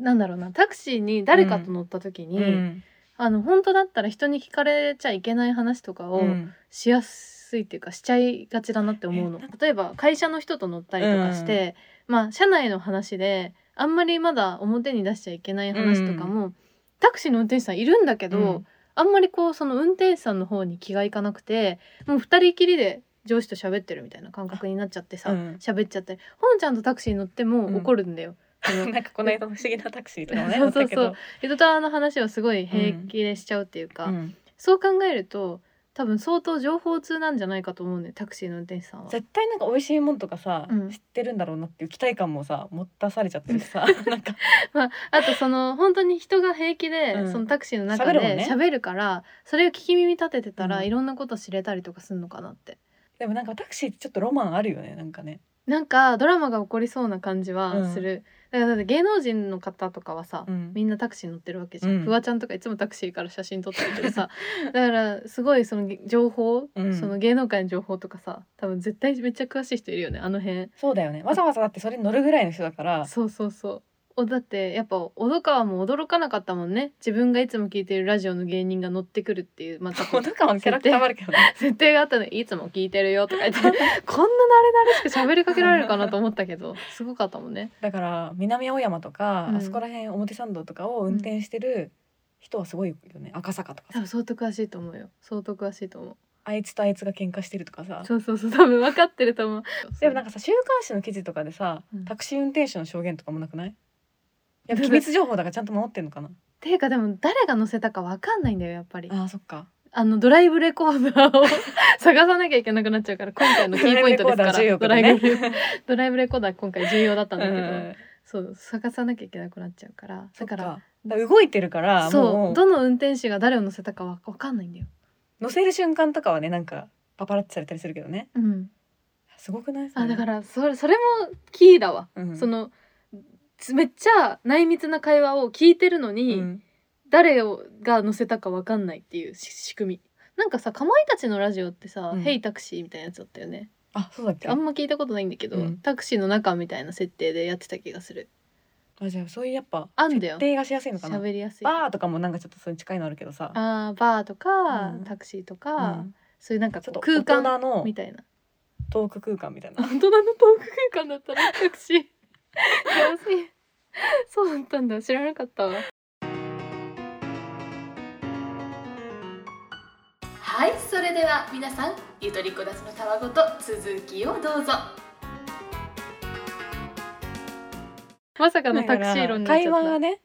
[SPEAKER 1] ーなんだろうなタクシーに誰かと乗った時に、
[SPEAKER 2] うん
[SPEAKER 1] あの本当だったら人に聞かれちゃいけない話とかを
[SPEAKER 2] うん
[SPEAKER 1] しやすいっていうかしちゃいがちだなって思うの
[SPEAKER 2] えなん
[SPEAKER 1] 例えば会社の人と乗ったりとかして、まあ社内の話であんまりまだ表に出しちゃいけない話とかも、タクシーの運転手さんいるんだけど、
[SPEAKER 2] うん
[SPEAKER 1] あんまりこうその運転手さんの方に気がいかなくてもう二人きりで上司と喋ってるみたいな感覚になっちゃってさ
[SPEAKER 2] うん
[SPEAKER 1] 喋、っちゃったり本ちゃんとタクシーに乗っても怒るんだ よ。その
[SPEAKER 2] なんかこの間不思議なタクシーとかもね
[SPEAKER 1] そうそうそう
[SPEAKER 2] 乗ったけど
[SPEAKER 1] 江戸川の話はすごい平気でしちゃうっていうか、
[SPEAKER 2] うん
[SPEAKER 1] そう考えると多分相当情報通なんじゃないかと思うねタクシーの運転手さんは。
[SPEAKER 2] 絶対なんか美味しいもんとかさ、
[SPEAKER 1] うん
[SPEAKER 2] 知ってるんだろうなっていう期待感もさ持たされちゃってるしさ なんか
[SPEAKER 1] まあ、あとそ の本当に人が平気で、
[SPEAKER 2] うん
[SPEAKER 1] そのタクシーの中
[SPEAKER 2] 喋るもん
[SPEAKER 1] で
[SPEAKER 2] ね
[SPEAKER 1] 喋るからそれを聞き耳立ててたら、
[SPEAKER 2] うん
[SPEAKER 1] いろんなこと知れたりとかするのかなって。
[SPEAKER 2] でもなんかタクシーってちょっとロマンあるよねなんかね。
[SPEAKER 1] なんかドラマが起こりそうな感じはする。だからだって芸能人の方とかはさ、
[SPEAKER 2] うん
[SPEAKER 1] みんなタクシー乗ってるわけじゃん、
[SPEAKER 2] うん
[SPEAKER 1] フワちゃんとかいつもタクシーから写真撮ってるけど さだからすごいその情報、
[SPEAKER 2] うん
[SPEAKER 1] その芸能界の情報とかさ多分絶対めっちゃ詳しい人いるよねあの辺
[SPEAKER 2] そうだよねわざわざだってそれに乗るぐらいの人だから
[SPEAKER 1] そうそうそうおだってやっぱ小川も驚かなかったもんね自分がいつも聞いてるラジオの芸人が乗ってくるっていうまた
[SPEAKER 2] もうなんかキャラクターもあるけどね
[SPEAKER 1] 設定があったのにいつも聞いてるよ」とか言ってこんな慣 れ慣れしく喋りかけられるかなと思ったけどすごかったもんね。
[SPEAKER 2] だから南青山とか、
[SPEAKER 1] うん
[SPEAKER 2] あそこら辺表参道とかを運転してる人はすごいよね赤坂とか
[SPEAKER 1] 多
[SPEAKER 2] さ
[SPEAKER 1] 分相当詳しいと思うよ相当詳しいと思
[SPEAKER 2] あいつとあいつが喧嘩してるとかさ
[SPEAKER 1] うそうそうそう多分分かってると思う
[SPEAKER 2] でもなんかさ週刊誌の記事とかでさ、
[SPEAKER 1] うん
[SPEAKER 2] タクシー運転手の証言とかもな くないやっぱ機密情報だからちゃんと守ってんのかな
[SPEAKER 1] ていうかでも誰が乗せたか分かんないんだよやっぱりあ
[SPEAKER 2] あーそっか
[SPEAKER 1] のドライブレコーダーを 探さなきゃいけなくなっちゃうから今回のキーポイントですから
[SPEAKER 2] ドライブレコーダー重要
[SPEAKER 1] ドライブドライブレコーダー今回重要だったんだけど、
[SPEAKER 2] うん
[SPEAKER 1] そう探さなきゃいけなくなっちゃうから
[SPEAKER 2] そ
[SPEAKER 1] だ
[SPEAKER 2] っか
[SPEAKER 1] か
[SPEAKER 2] だ
[SPEAKER 1] ら
[SPEAKER 2] から動いてるから
[SPEAKER 1] そ
[SPEAKER 2] も
[SPEAKER 1] う
[SPEAKER 2] う
[SPEAKER 1] どの運転手が誰を乗せたかは分かんないんだよ。
[SPEAKER 2] 乗せる瞬間とかはねなんかパパラッチされたりするけどね
[SPEAKER 1] うん、
[SPEAKER 2] すごくない、
[SPEAKER 1] あだかららそれそれもキーだわ、
[SPEAKER 2] うん
[SPEAKER 1] そのつめっちゃ内密な会話を聞いてるの
[SPEAKER 2] う
[SPEAKER 1] に、
[SPEAKER 2] ん
[SPEAKER 1] 誰をが載せたかわかんないっていうし仕組みなんかさかまいたちのラジオってさ「
[SPEAKER 2] うん
[SPEAKER 1] ヘイタクシー」みたいなやつだったよね
[SPEAKER 2] あそうだっけ
[SPEAKER 1] あんま聞いたことないんだけど、
[SPEAKER 2] うん
[SPEAKER 1] タクシーの中みたいな設定でやってた気がする
[SPEAKER 2] あじゃあそういうやっぱ
[SPEAKER 1] あんだよ
[SPEAKER 2] 設定がしやすいのかな
[SPEAKER 1] 喋りやすい
[SPEAKER 2] バーとかもなんかちょっとそれに近いのあるけどさ
[SPEAKER 1] あーバーとか、
[SPEAKER 2] うん
[SPEAKER 1] タクシーと
[SPEAKER 2] う
[SPEAKER 1] か、
[SPEAKER 2] ん
[SPEAKER 1] そういうなんか
[SPEAKER 2] ちょ
[SPEAKER 1] こ
[SPEAKER 2] っと
[SPEAKER 1] う空間
[SPEAKER 2] 大人の
[SPEAKER 1] みたいな
[SPEAKER 2] トーク空間みたいな
[SPEAKER 1] 大人のトーク空間だったらタクシーやばすぎるそうだったんだ知らなかったわはいそれでは皆さんゆとりこだつのたわごと続きをどうぞまさかのタクシー論になっちゃっ
[SPEAKER 2] 会
[SPEAKER 1] た
[SPEAKER 2] 話がね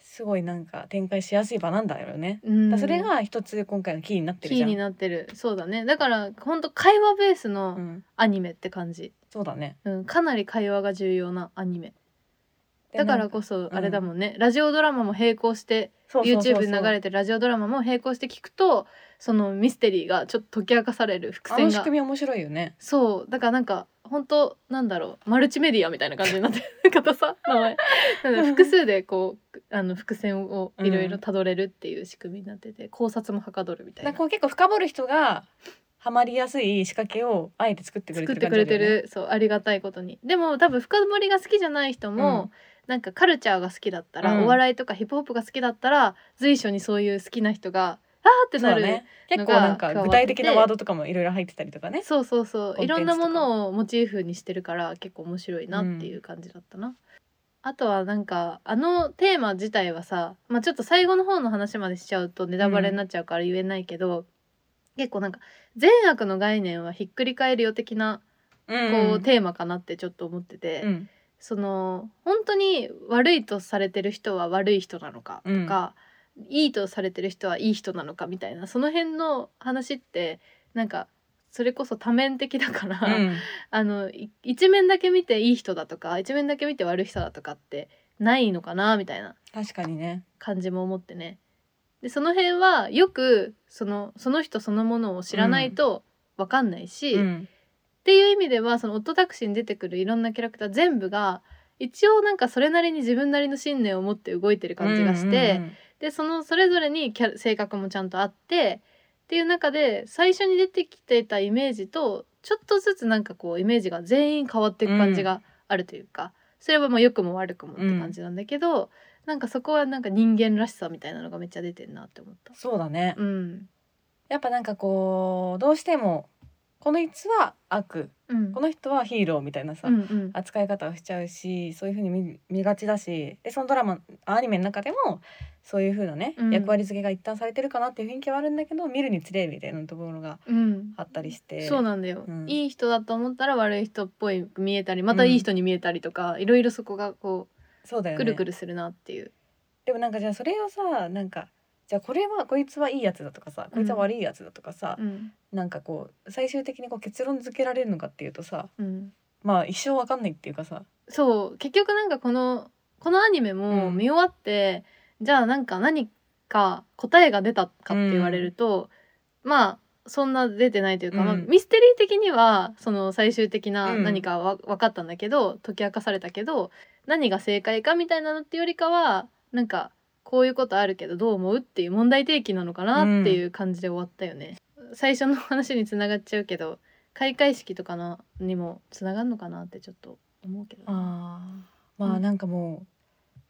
[SPEAKER 2] すごいなんか展開しやすい場なんだよね、
[SPEAKER 1] うん
[SPEAKER 2] だからそれが一つ今回のキーになってる
[SPEAKER 1] キ
[SPEAKER 2] じ
[SPEAKER 1] ー
[SPEAKER 2] ゃん
[SPEAKER 1] になってるそうだねだから本当会話ベース
[SPEAKER 2] う
[SPEAKER 1] の
[SPEAKER 2] ん、
[SPEAKER 1] アニメって感じ、
[SPEAKER 2] そうだね
[SPEAKER 1] うん、かなり会話が重要なアニメ
[SPEAKER 2] で
[SPEAKER 1] だか
[SPEAKER 2] な
[SPEAKER 1] ら
[SPEAKER 2] んか
[SPEAKER 1] こそあれだもんね、ラジオドラマも並行して
[SPEAKER 2] そうそうそ
[SPEAKER 1] YouTube
[SPEAKER 2] うそ
[SPEAKER 1] で
[SPEAKER 2] う
[SPEAKER 1] 流れてるラジオドラマも並行して聞くとそのミステリーがちょっと解き明かされる伏
[SPEAKER 2] あ
[SPEAKER 1] 線
[SPEAKER 2] の仕
[SPEAKER 1] が
[SPEAKER 2] 組み面白いよね
[SPEAKER 1] そうだからなんか本当なんだろうマルチメディアみたいな感じになってる 方さ名前なので複数でこうあの伏線をいろいろたどれるっていう仕組みになってて考察もはかどるみたいな
[SPEAKER 2] な
[SPEAKER 1] ん
[SPEAKER 2] かこう結構深掘る人がハマりやすい仕掛けをあえて作ってくれ
[SPEAKER 1] 作
[SPEAKER 2] て
[SPEAKER 1] って
[SPEAKER 2] る感
[SPEAKER 1] く
[SPEAKER 2] じ
[SPEAKER 1] れ
[SPEAKER 2] だ
[SPEAKER 1] て
[SPEAKER 2] よね
[SPEAKER 1] るそうありがたいことにでも多分深掘りが好きじゃない人も、なんかカルチャーが好きだったら、
[SPEAKER 2] うん
[SPEAKER 1] お笑いとかヒップホップが好きだったら随所にそういう好きな人があーって
[SPEAKER 2] そう
[SPEAKER 1] な
[SPEAKER 2] だ
[SPEAKER 1] る
[SPEAKER 2] ね
[SPEAKER 1] の
[SPEAKER 2] 結
[SPEAKER 1] が
[SPEAKER 2] 構なん
[SPEAKER 1] 加
[SPEAKER 2] か
[SPEAKER 1] わって
[SPEAKER 2] 具体的なワードとかもいろいろ入ってたりとかね
[SPEAKER 1] そうそうそう
[SPEAKER 2] コンテンツとか
[SPEAKER 1] いろんなものをモチーフにしてるから結構面白いなっていう感じだったな、あとはなんかあのテーマ自体はさ、まあ、ちょっと最後の方の話までしちゃうとネタバレになっちゃうから言えないけど、結構なんか善悪の概念はひっくり返るよ的なこう、
[SPEAKER 2] うん
[SPEAKER 1] テーマかなってちょっと思ってて、
[SPEAKER 2] うん
[SPEAKER 1] その本当に悪いとされてる人は悪い人なのかとか、いいとされてる人はいい人なのかみたいなその辺の話ってなんかそれこそ多面的だから、
[SPEAKER 2] うん
[SPEAKER 1] あのい一面だけ見ていい人だとか一面だけ見て悪い人だとかってないのかなみたいな
[SPEAKER 2] 確かにね
[SPEAKER 1] 感じも思ってね。でその辺はよくそのその人そのものを知らないと分かんないし、
[SPEAKER 2] うん
[SPEAKER 1] っていう意味ではそのオットタクシーに出てくるいろんなキャラクター全部が一応なんかそれなりに自分なりの信念を持って動いてる感じがして、
[SPEAKER 2] うんうんうん
[SPEAKER 1] でそのそれぞれにキャラ性格もちゃんとあってっていう中で最初に出てきていたイメージとちょっとずつなんかこうイメージが全員変わっていく感じがあるというか、それはまあ良くも悪くもって感じなんだけど、なんかそこはなんか人間らしさみたいなのがめっちゃ出てんなって思った。
[SPEAKER 2] そうだね
[SPEAKER 1] うん、
[SPEAKER 2] やっぱなんかこうどうしてもこのいつは悪
[SPEAKER 1] うん、
[SPEAKER 2] この人はヒーローみたいなさ、
[SPEAKER 1] うんうん
[SPEAKER 2] 扱い方をしちゃうしそういうふうに見見がちだしでそのドラマアニメの中でもそういうふうなね、
[SPEAKER 1] うん
[SPEAKER 2] 役割付けが一旦されてるかなっていう雰囲気はあるんだけど見るにつれみたいなところが
[SPEAKER 1] うん
[SPEAKER 2] あったりして
[SPEAKER 1] そうなんだよ、
[SPEAKER 2] うん
[SPEAKER 1] いい人だと思ったら悪い人っぽい見えたりまたいい人に見えたりとか、いろいろそこがこ
[SPEAKER 2] そうだ
[SPEAKER 1] う
[SPEAKER 2] よ
[SPEAKER 1] く
[SPEAKER 2] ね
[SPEAKER 1] るくるするなっていう、
[SPEAKER 2] でもなんかじゃあそれをさなんかじゃあこれはこいつはいいやつだとかさこいつは悪いやつだとかさ、
[SPEAKER 1] うん
[SPEAKER 2] なんかこう最終的にこう結論付けられるのかっていうとさ
[SPEAKER 1] うん、
[SPEAKER 2] まあ一生わかんないっていうかさ
[SPEAKER 1] そう結局なんかこのこのアニメも
[SPEAKER 2] うん
[SPEAKER 1] 見終わって、じゃあなんか何か答えが出たかって言われると、まあそんな出てないというか、
[SPEAKER 2] うん
[SPEAKER 1] まあ、ミステリー的にはその最終的な
[SPEAKER 2] うん
[SPEAKER 1] 何かは分かったんだけど、解き明かされたけど何が正解かみたいなのってよりかはなんかこういうことあるけどどう思うっていう問題提起なのかなっていう感じで終わったよね。最初の話に繋がっちゃうけど開会式とかのにも繋がるのかなってちょっと思うけどね、
[SPEAKER 2] あまあなんかも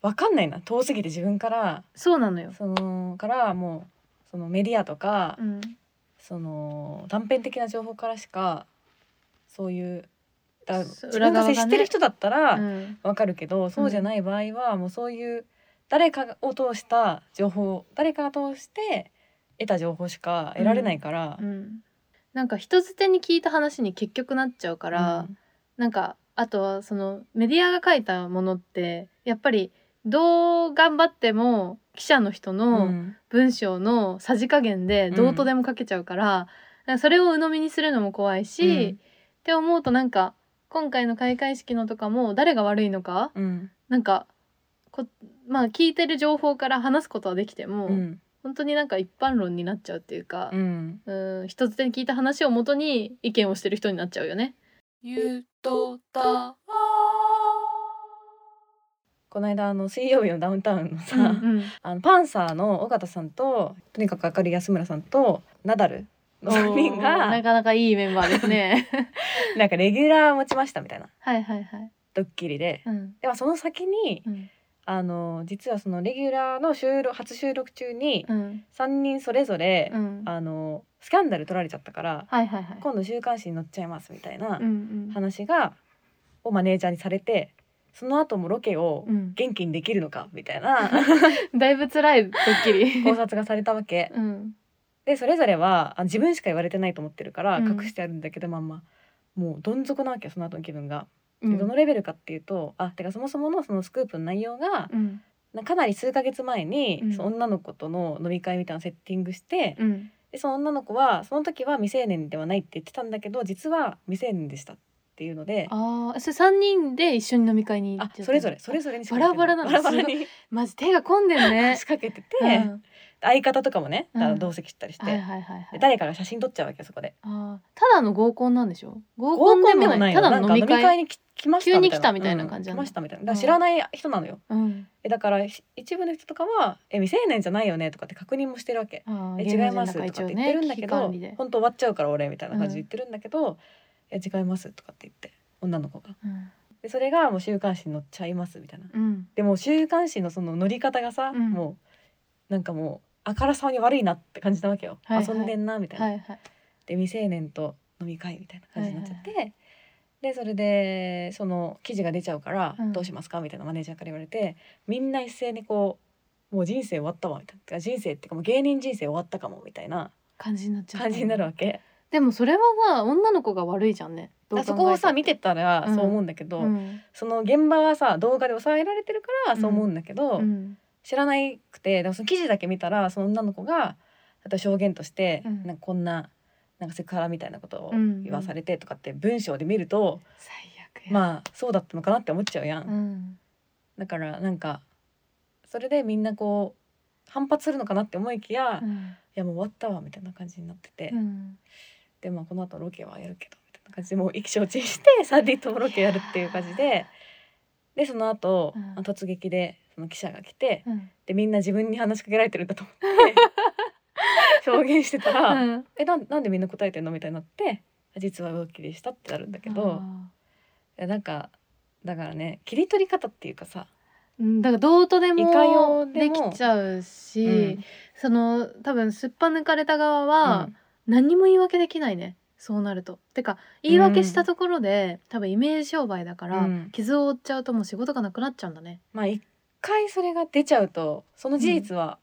[SPEAKER 2] うわかんないな遠すぎて自分から
[SPEAKER 1] そうなのよ。
[SPEAKER 2] そのからもうそのメディアとか、
[SPEAKER 1] うん、
[SPEAKER 2] その断片的な情報からしかそういう
[SPEAKER 1] そう
[SPEAKER 2] だ自分
[SPEAKER 1] 裏側
[SPEAKER 2] が
[SPEAKER 1] がね
[SPEAKER 2] 接してる人だった
[SPEAKER 1] う
[SPEAKER 2] ら
[SPEAKER 1] ん
[SPEAKER 2] わかるけど、そうじゃない場合はもうそういう誰かを通した情報誰かを通して得た情報しか得られないから、
[SPEAKER 1] うん、なんか人づてに聞いた話に結局なっちゃうから、なんかあとはそのメディアが書いたものってやっぱりどう頑張っても記者の人
[SPEAKER 2] うん
[SPEAKER 1] の文章のさじ加減でどうとでも書けちゃうから、なんかそれを鵜呑みにするのも怖いし、
[SPEAKER 2] うん
[SPEAKER 1] って思うとなんか今回の開会式のとかも誰が悪いのか
[SPEAKER 2] うん
[SPEAKER 1] なんかこまあ聞いてる情報から話すことはできても、
[SPEAKER 2] うん
[SPEAKER 1] 本当になんか一般論になっちゃうっていうか
[SPEAKER 2] う、ん
[SPEAKER 1] うん、人づてに聞いた話をもとに意見をしてる人になっちゃうよね。
[SPEAKER 2] ゆとたこの間あの水曜日のダウンタウンのさ、
[SPEAKER 1] うん
[SPEAKER 2] あのパンサーの尾形さんととにかく明るい安村さんとナダルの3人
[SPEAKER 1] おーな
[SPEAKER 2] が
[SPEAKER 1] かなかいいメンバーですね
[SPEAKER 2] なんかレギュラー持ちましたみたいな
[SPEAKER 1] はいはいはい
[SPEAKER 2] ドッキリで。
[SPEAKER 1] うん
[SPEAKER 2] ではその先に
[SPEAKER 1] うん
[SPEAKER 2] あの実はそのレギュラーの収録初収録中に
[SPEAKER 1] うん
[SPEAKER 2] 3人それぞれ、
[SPEAKER 1] うん
[SPEAKER 2] あのスキャンダル取られちゃったから
[SPEAKER 1] はいはいはい
[SPEAKER 2] 今度週刊誌に載っちゃいますみたいな
[SPEAKER 1] うんうん
[SPEAKER 2] 話が、をマネージャーにされてその後もロケを
[SPEAKER 1] うん
[SPEAKER 2] 元気にできるのかみたい な
[SPEAKER 1] だいぶ辛いドッキリ
[SPEAKER 2] 考察がされたわけ。
[SPEAKER 1] うん
[SPEAKER 2] でそれぞれはあ自分しか言われてないと思ってるから
[SPEAKER 1] うん
[SPEAKER 2] 隠してあるんだけど、まんまもうどん底なわけよその後の気分が。
[SPEAKER 1] う
[SPEAKER 2] で
[SPEAKER 1] ん
[SPEAKER 2] どのレベルかっていうとあてかそもそものそのスクープの内容が
[SPEAKER 1] うん
[SPEAKER 2] なかなり数ヶ月前に、
[SPEAKER 1] うん
[SPEAKER 2] その女の子との飲み会みたいなのをセッティングして、
[SPEAKER 1] うん
[SPEAKER 2] でその女の子はその時は未成年ではないって言ってたんだけど実は未成年でしたっていうのであ
[SPEAKER 1] ああそれ三人で一緒に飲み会に行っちゃったの
[SPEAKER 2] それぞれそれぞれに仕
[SPEAKER 1] バ
[SPEAKER 2] 掛
[SPEAKER 1] ラ
[SPEAKER 2] けて
[SPEAKER 1] バラなの
[SPEAKER 2] バラバラに
[SPEAKER 1] マジ手が込んでるね
[SPEAKER 2] 仕掛けてて、
[SPEAKER 1] うん
[SPEAKER 2] 相方とかもね
[SPEAKER 1] うん
[SPEAKER 2] あの同席したりして、
[SPEAKER 1] はいはいはいは
[SPEAKER 2] で
[SPEAKER 1] い
[SPEAKER 2] 誰かが写真撮っちゃうわけよそこで
[SPEAKER 1] あーただの合コンなんでしょ合
[SPEAKER 2] 合コ
[SPEAKER 1] コ
[SPEAKER 2] ン
[SPEAKER 1] ン
[SPEAKER 2] で
[SPEAKER 1] で
[SPEAKER 2] も
[SPEAKER 1] も
[SPEAKER 2] な
[SPEAKER 1] ないい
[SPEAKER 2] よ
[SPEAKER 1] ただ
[SPEAKER 2] なん
[SPEAKER 1] の
[SPEAKER 2] か
[SPEAKER 1] 飲
[SPEAKER 2] 飲
[SPEAKER 1] み
[SPEAKER 2] み会
[SPEAKER 1] 会
[SPEAKER 2] にき来ました
[SPEAKER 1] 急
[SPEAKER 2] みたいな
[SPEAKER 1] に来たみたいな感じなの
[SPEAKER 2] うん来ましたみたいなだから知らない人なのよ、
[SPEAKER 1] うん
[SPEAKER 2] えだからひ一部の人とかは「え未成年じゃないよね」とかって確認もしてるわけ。
[SPEAKER 1] あー
[SPEAKER 2] え
[SPEAKER 1] 芸
[SPEAKER 2] 違
[SPEAKER 1] 能
[SPEAKER 2] い
[SPEAKER 1] 人
[SPEAKER 2] ま
[SPEAKER 1] だ
[SPEAKER 2] すと
[SPEAKER 1] か
[SPEAKER 2] からって
[SPEAKER 1] 一応
[SPEAKER 2] 言って
[SPEAKER 1] ね
[SPEAKER 2] るんだけ
[SPEAKER 1] 危機
[SPEAKER 2] ど、
[SPEAKER 1] 管理で
[SPEAKER 2] 本当終わっちゃうから俺みたいな感じで
[SPEAKER 1] う
[SPEAKER 2] 言
[SPEAKER 1] ん
[SPEAKER 2] ってるんだけど、え違いますとかって言って女の子が
[SPEAKER 1] うん
[SPEAKER 2] でそれがもう週刊誌に載っちゃいますみたいな
[SPEAKER 1] うん
[SPEAKER 2] でもう週刊誌のその乗り方がさ、
[SPEAKER 1] うん
[SPEAKER 2] もうなんかもうあからさまに悪いなって感じたわけよ、
[SPEAKER 1] はいはい
[SPEAKER 2] 遊んでんなみたいな、
[SPEAKER 1] はいはい
[SPEAKER 2] で未成年と飲み会みたいな感じになっちゃって、でそれでその記事が出ちゃうから
[SPEAKER 1] うん
[SPEAKER 2] どうしますかみたいなマネージャーから言われて、みんな一斉にこうもう人生終わったわみたいなてか人生っていうかもう芸人人生終わったかもみたいな
[SPEAKER 1] 感じになっちゃった
[SPEAKER 2] 感じになるわけ
[SPEAKER 1] でもそれはさ女の子が悪いじゃんねどう考え
[SPEAKER 2] だそ
[SPEAKER 1] たって
[SPEAKER 2] こをさ見てたら
[SPEAKER 1] うん
[SPEAKER 2] そう思うんだけど、
[SPEAKER 1] うん
[SPEAKER 2] その現場はさ動画で抑えられてるからそう思うんだけど、
[SPEAKER 1] うん
[SPEAKER 2] 知らないくてでもその記事だけ見たらその女の子があと証言として、
[SPEAKER 1] うん
[SPEAKER 2] なんかこんななんかセクハラみたいなことを
[SPEAKER 1] うんうん
[SPEAKER 2] 言わされてとかって文章で見ると、
[SPEAKER 1] 最悪やあ
[SPEAKER 2] まあそうだったのかなって思っちゃうやん、
[SPEAKER 1] うん
[SPEAKER 2] だからなんかそれでみんなこう反発するのかなって思いきや、
[SPEAKER 1] う
[SPEAKER 2] い
[SPEAKER 1] ん
[SPEAKER 2] やもう終わったわみたいな感じになってて、
[SPEAKER 1] うん
[SPEAKER 2] でまあこの後ロケはやるけどみたいな感じでもう意気消沈してサディともロケやるっていう感じででその後、
[SPEAKER 1] うん
[SPEAKER 2] あの突撃でその記者が来て
[SPEAKER 1] うん
[SPEAKER 2] でみんな自分に話しかけられてるんだと思っ て表現してたら「
[SPEAKER 1] うん
[SPEAKER 2] えなんなんでみんな答えてんの?」みたいになって「実は浮気でした」ってなるんだけど
[SPEAKER 1] あ
[SPEAKER 2] いやなんかだからね切り取り方っていうかさ、
[SPEAKER 1] ーうんだからどうとで
[SPEAKER 2] いかよう
[SPEAKER 1] も
[SPEAKER 2] で
[SPEAKER 1] で
[SPEAKER 2] も
[SPEAKER 1] きちゃうし、
[SPEAKER 2] うん
[SPEAKER 1] その多分すっぱ抜かれた側
[SPEAKER 2] う
[SPEAKER 1] は
[SPEAKER 2] ん
[SPEAKER 1] 何にも言い訳できないねそうなると。てか言い訳したところで、多分イメージ商売だから、
[SPEAKER 2] うん
[SPEAKER 1] 傷を負っちゃうともう仕事がなくなっちゃうんだね。
[SPEAKER 2] まあ一回それが出ちゃうとその事実は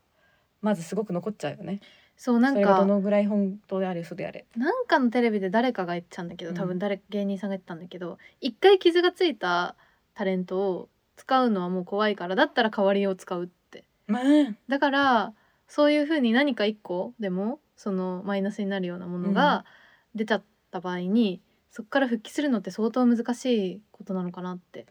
[SPEAKER 2] まずすごく残っちゃうよね。
[SPEAKER 1] そうな
[SPEAKER 2] そ
[SPEAKER 1] ん
[SPEAKER 2] れがど
[SPEAKER 1] か
[SPEAKER 2] のぐらい本当であれ嘘であれ。
[SPEAKER 1] なんかのテレビで誰かが言ってたんだけど
[SPEAKER 2] うん
[SPEAKER 1] 多分誰、芸人さんが言ってたんだけど一回傷がついたタレントを使うのはもう怖いからだったら代わりを使うって
[SPEAKER 2] まあ、うん
[SPEAKER 1] だからそういうふうに何か一個でもそのマイナスになるようなものが出ちゃった場合に、そこから復帰するのって相当難しいことなのかなって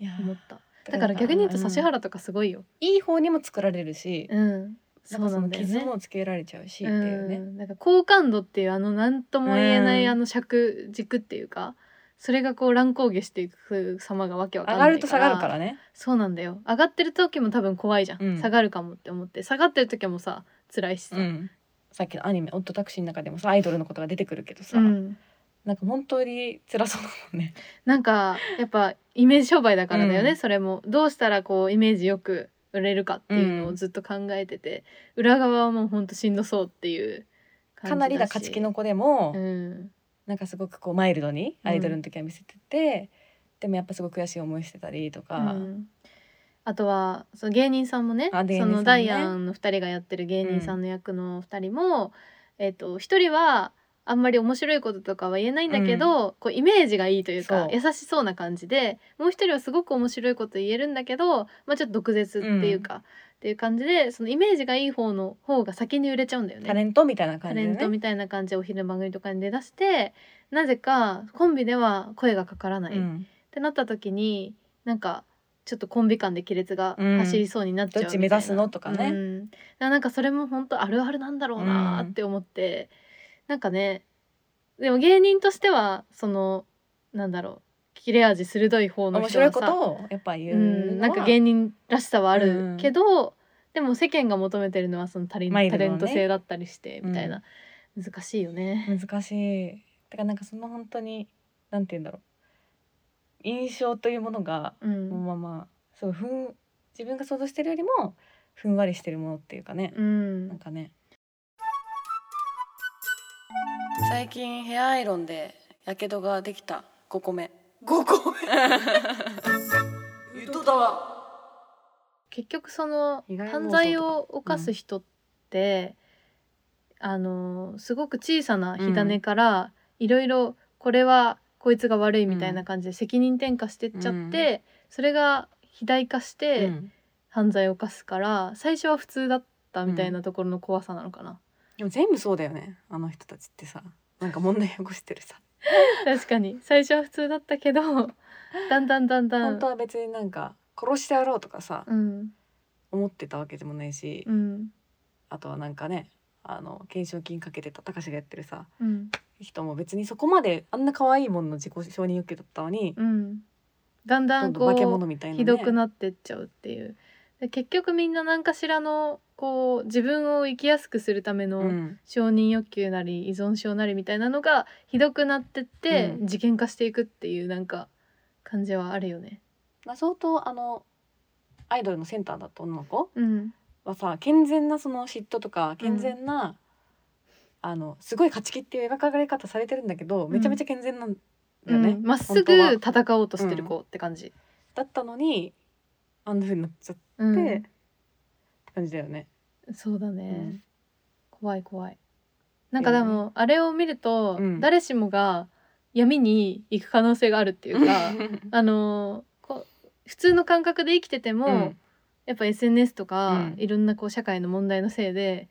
[SPEAKER 2] いや
[SPEAKER 1] 思っただから逆に言うと指
[SPEAKER 2] うん
[SPEAKER 1] 原とかすごいよ
[SPEAKER 2] いい方にも作られるし、
[SPEAKER 1] うん、
[SPEAKER 2] な
[SPEAKER 1] そ
[SPEAKER 2] んか
[SPEAKER 1] うな
[SPEAKER 2] そ
[SPEAKER 1] ん
[SPEAKER 2] の
[SPEAKER 1] だよ
[SPEAKER 2] 傷
[SPEAKER 1] ね
[SPEAKER 2] もつけられちゃうしって
[SPEAKER 1] う
[SPEAKER 2] いうね。
[SPEAKER 1] ん、なんか好感度っていうあの何とも言えない、
[SPEAKER 2] うん
[SPEAKER 1] あの尺軸っていうかそれがこう乱高下していく様がわけわか
[SPEAKER 2] 上
[SPEAKER 1] んな
[SPEAKER 2] が
[SPEAKER 1] い
[SPEAKER 2] ると下がるからね。
[SPEAKER 1] そうなんだよ上がってる時も多分怖いじゃん、
[SPEAKER 2] うん
[SPEAKER 1] 下がるかもって思って下がってる時もさ辛いしさ、
[SPEAKER 2] うん。さっきのアニメ「オットタクシー」の中でもさアイドルのことが出てくるけどさ、
[SPEAKER 1] うん
[SPEAKER 2] なんか本当に辛そうだもん ね。
[SPEAKER 1] なんかやっぱイメージ商売だからだよね、
[SPEAKER 2] うん
[SPEAKER 1] それもどうしたらこうイメージよく売れるかっていうの
[SPEAKER 2] う
[SPEAKER 1] を
[SPEAKER 2] ん
[SPEAKER 1] ずっと考えてて、裏側はもうほんとしんどそうっていう感じだし
[SPEAKER 2] かなりな勝ち気の子でも、
[SPEAKER 1] うん
[SPEAKER 2] なんかすごくこうマイルドにアイドルの時は見せてて、でもやっぱすごく悔しい思いしてたりとか、
[SPEAKER 1] うんあとはその芸人さんもね
[SPEAKER 2] あ芸人さ
[SPEAKER 1] そ
[SPEAKER 2] んね
[SPEAKER 1] のダイアンの2人がやってる芸人さんの役の2人も、えっと1人はあんまり面白いこととかは言えないんだけど、こうイメージがいいというか
[SPEAKER 2] そう
[SPEAKER 1] 優しそうな感じでもう1人はすごく面白いこと言えるんだけど、まあ、ちょっと毒舌っていうか、っていう感じでそのイメージがいい方の方が先に売れちゃうんだよね。
[SPEAKER 2] タレントみたいな
[SPEAKER 1] タ
[SPEAKER 2] 感じ
[SPEAKER 1] レ
[SPEAKER 2] で
[SPEAKER 1] ント
[SPEAKER 2] ね。
[SPEAKER 1] みたいな感じでお昼の番組とかに出だしてなぜかコンビでは声がかからない、
[SPEAKER 2] うん
[SPEAKER 1] ってなった時になんかちょっとコンビ間で亀裂が走りそうになっちゃう
[SPEAKER 2] うんどっち
[SPEAKER 1] みたいな
[SPEAKER 2] 目指すのとかね
[SPEAKER 1] うんだからなんかそれも本当あるあるなんだろうなーって思って、なんかねでも芸人としてはそのなんだろう切れ味鋭い方の
[SPEAKER 2] 面
[SPEAKER 1] 人
[SPEAKER 2] 白い
[SPEAKER 1] は
[SPEAKER 2] こ
[SPEAKER 1] さ、
[SPEAKER 2] とをやっぱ言
[SPEAKER 1] う
[SPEAKER 2] うのは、
[SPEAKER 1] ん、なんか芸人らしさはあるけど、でも世間が求めてるのはそのタレン,、
[SPEAKER 2] マイル
[SPEAKER 1] タ
[SPEAKER 2] ドな
[SPEAKER 1] レ
[SPEAKER 2] ね
[SPEAKER 1] ント性だったりしてみたいな、難しいよね。
[SPEAKER 2] 難しいだからなんかその本当になんて言うんだろう印象というものが
[SPEAKER 1] う
[SPEAKER 2] その
[SPEAKER 1] ん、
[SPEAKER 2] まますごいふん自分が想像してるよりもふんわりしてるものっていうかね、
[SPEAKER 1] うん
[SPEAKER 2] なんかね最近ヘアアイロンでやけどができた5個目5個 目言っとったわ
[SPEAKER 1] 結局その
[SPEAKER 2] 被害妄想とか
[SPEAKER 1] 犯罪を犯す人って、あのすごく小さな火種からいろいろこれはこいつが悪いみたいな感じで責任転嫁してっちゃって、それが肥大化して犯罪を犯すから、最初は普通だったみたいなところの怖さなのか な。
[SPEAKER 2] でも全部そうだよねあの人たちってさなんか問題起こしてるさ
[SPEAKER 1] 確かに最初は普通だったけどだんだんだんだ
[SPEAKER 2] 本
[SPEAKER 1] ん
[SPEAKER 2] 当。は別になんか殺してやろうとかさ、
[SPEAKER 1] うん
[SPEAKER 2] 思ってたわけでもないし、
[SPEAKER 1] うん
[SPEAKER 2] あとはなんかねあの懸賞金かけてた高志がやってるさ
[SPEAKER 1] うん
[SPEAKER 2] 人も別にそこまであんな可愛いものの自己承認欲求だったのに、
[SPEAKER 1] うん、だんだ
[SPEAKER 2] ど
[SPEAKER 1] ん
[SPEAKER 2] ん
[SPEAKER 1] こ
[SPEAKER 2] どん化け
[SPEAKER 1] う
[SPEAKER 2] 物みたいな、ね、
[SPEAKER 1] ひどくなってっちゃうっていうで結局みんな何かしらのこう自分を生きやすくするため
[SPEAKER 2] う
[SPEAKER 1] の
[SPEAKER 2] ん、
[SPEAKER 1] 承認欲求なり依存症なりみたいなのがひどくなってって、
[SPEAKER 2] うん
[SPEAKER 1] 事件化していくっていうなんか感じはあるよね。
[SPEAKER 2] まあ相当あのアイドルのセンターだった女の子
[SPEAKER 1] うん、
[SPEAKER 2] はさ健全なその嫉妬とか健全な、あのすごい勝ち気っていう描かれ方されてるんだけど、
[SPEAKER 1] ん
[SPEAKER 2] めちゃめちゃ健全なんだ
[SPEAKER 1] う
[SPEAKER 2] よね、
[SPEAKER 1] んまっすぐ
[SPEAKER 2] 本当は
[SPEAKER 1] 戦おうとしてる子って感じ。
[SPEAKER 2] だったのにあんな風になっちゃって、
[SPEAKER 1] うん
[SPEAKER 2] って感じだよね。
[SPEAKER 1] そうだね、
[SPEAKER 2] うん
[SPEAKER 1] 怖い怖い。なんかで
[SPEAKER 2] いや
[SPEAKER 1] もあれを見ると、
[SPEAKER 2] うん
[SPEAKER 1] 誰しもが闇に行く可能性がある っていうか
[SPEAKER 2] う
[SPEAKER 1] あのこう普通の感覚で生きてても、
[SPEAKER 2] ん
[SPEAKER 1] やっぱ SNS とか、
[SPEAKER 2] うん
[SPEAKER 1] いろんなこう社会の問題のせいで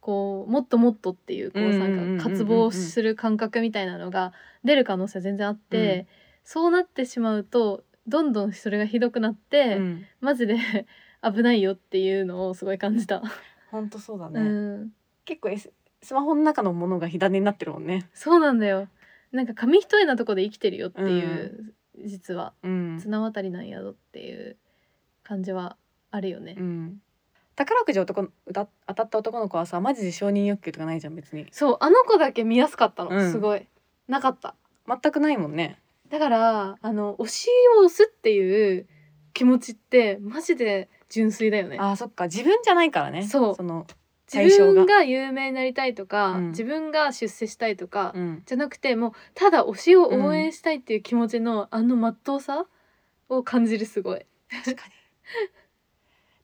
[SPEAKER 1] こうもっともっとっていうこう
[SPEAKER 2] うんうんうんうんうん
[SPEAKER 1] なんか渇望する感覚みたいなのが出る可能性全然あって、そうなってしまうとどんどんそれがひどくなって、
[SPEAKER 2] うん
[SPEAKER 1] マジで 危ないよっていうのをすごい感じた。
[SPEAKER 2] 本当そうだ
[SPEAKER 1] う
[SPEAKER 2] ね、
[SPEAKER 1] ん、
[SPEAKER 2] 結構、S、スマホの中のものが火種になってるもんね、
[SPEAKER 1] そうなんだよなんか紙一重なとこで生きてるよっていう、実は
[SPEAKER 2] うん
[SPEAKER 1] 綱渡りなんやぞっていう感じはあるよね。
[SPEAKER 2] うん、宝くじ男の歌当たった男の子はさマジで承認欲求とかないじゃん別に
[SPEAKER 1] そうあの子だけ見やすかったの、
[SPEAKER 2] うん
[SPEAKER 1] すごいなかった
[SPEAKER 2] 全くないもんね
[SPEAKER 1] だからあの推しを押すっていう気持ちってマジで純粋だよね
[SPEAKER 2] あーそっか自分じゃないからね
[SPEAKER 1] そう
[SPEAKER 2] の対
[SPEAKER 1] 自
[SPEAKER 2] 象が
[SPEAKER 1] 分が有名になりたいとか、
[SPEAKER 2] うん
[SPEAKER 1] 自分が出世したいとか、
[SPEAKER 2] うん
[SPEAKER 1] じゃなくてもうただ推しを応援したいっていう気持ちの、あのまっとうさを感じるすごい
[SPEAKER 2] 確かにだか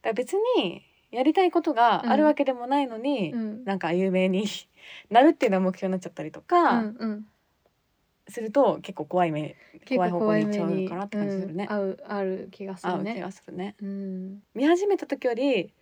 [SPEAKER 2] ら別にやりたいことがあるわけでもないのに、
[SPEAKER 1] うん
[SPEAKER 2] なんか有名に なるっていうのは目標になっちゃったりとか、
[SPEAKER 1] うんうん
[SPEAKER 2] すると結構怖い目
[SPEAKER 1] 結構怖い目
[SPEAKER 2] 怖い方向に
[SPEAKER 1] に
[SPEAKER 2] 行っちゃうのかなって感じするね
[SPEAKER 1] うん合うある気がす
[SPEAKER 2] 合
[SPEAKER 1] る
[SPEAKER 2] う気
[SPEAKER 1] ね
[SPEAKER 2] がするね
[SPEAKER 1] うん
[SPEAKER 2] 見始めた時より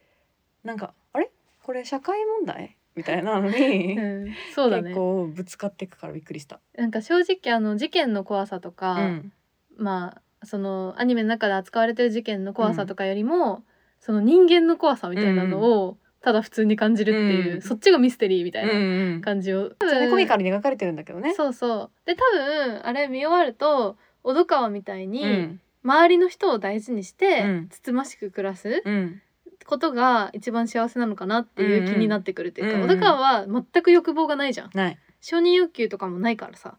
[SPEAKER 2] なんかあれこれ社会問題みたいなの に、
[SPEAKER 1] うんそうだね
[SPEAKER 2] 結構ぶつかっていくからびっくりした。
[SPEAKER 1] なんか正直あの事件の怖さとか、
[SPEAKER 2] うん
[SPEAKER 1] まあそのアニメの中で扱われてる事件の怖さとかよりも、その人間の怖さみたいなのをただ普通に感じるっていう、
[SPEAKER 2] うん
[SPEAKER 1] そっちがミステリーみたい
[SPEAKER 2] うんう
[SPEAKER 1] なん感じを、
[SPEAKER 2] それコミカルに描かれてるんだけどね。
[SPEAKER 1] そうそうで多分あれ見終わると小戸川みたいに、
[SPEAKER 2] うん
[SPEAKER 1] 周りの人を大事にして、
[SPEAKER 2] うん
[SPEAKER 1] つつましく暮らす
[SPEAKER 2] うん
[SPEAKER 1] ことが一番幸せなのかなっていう気になってくるっていうか、
[SPEAKER 2] うんうん
[SPEAKER 1] 小戸川は全く欲望がないじゃん
[SPEAKER 2] ない。
[SPEAKER 1] 承認欲求とかもないからさ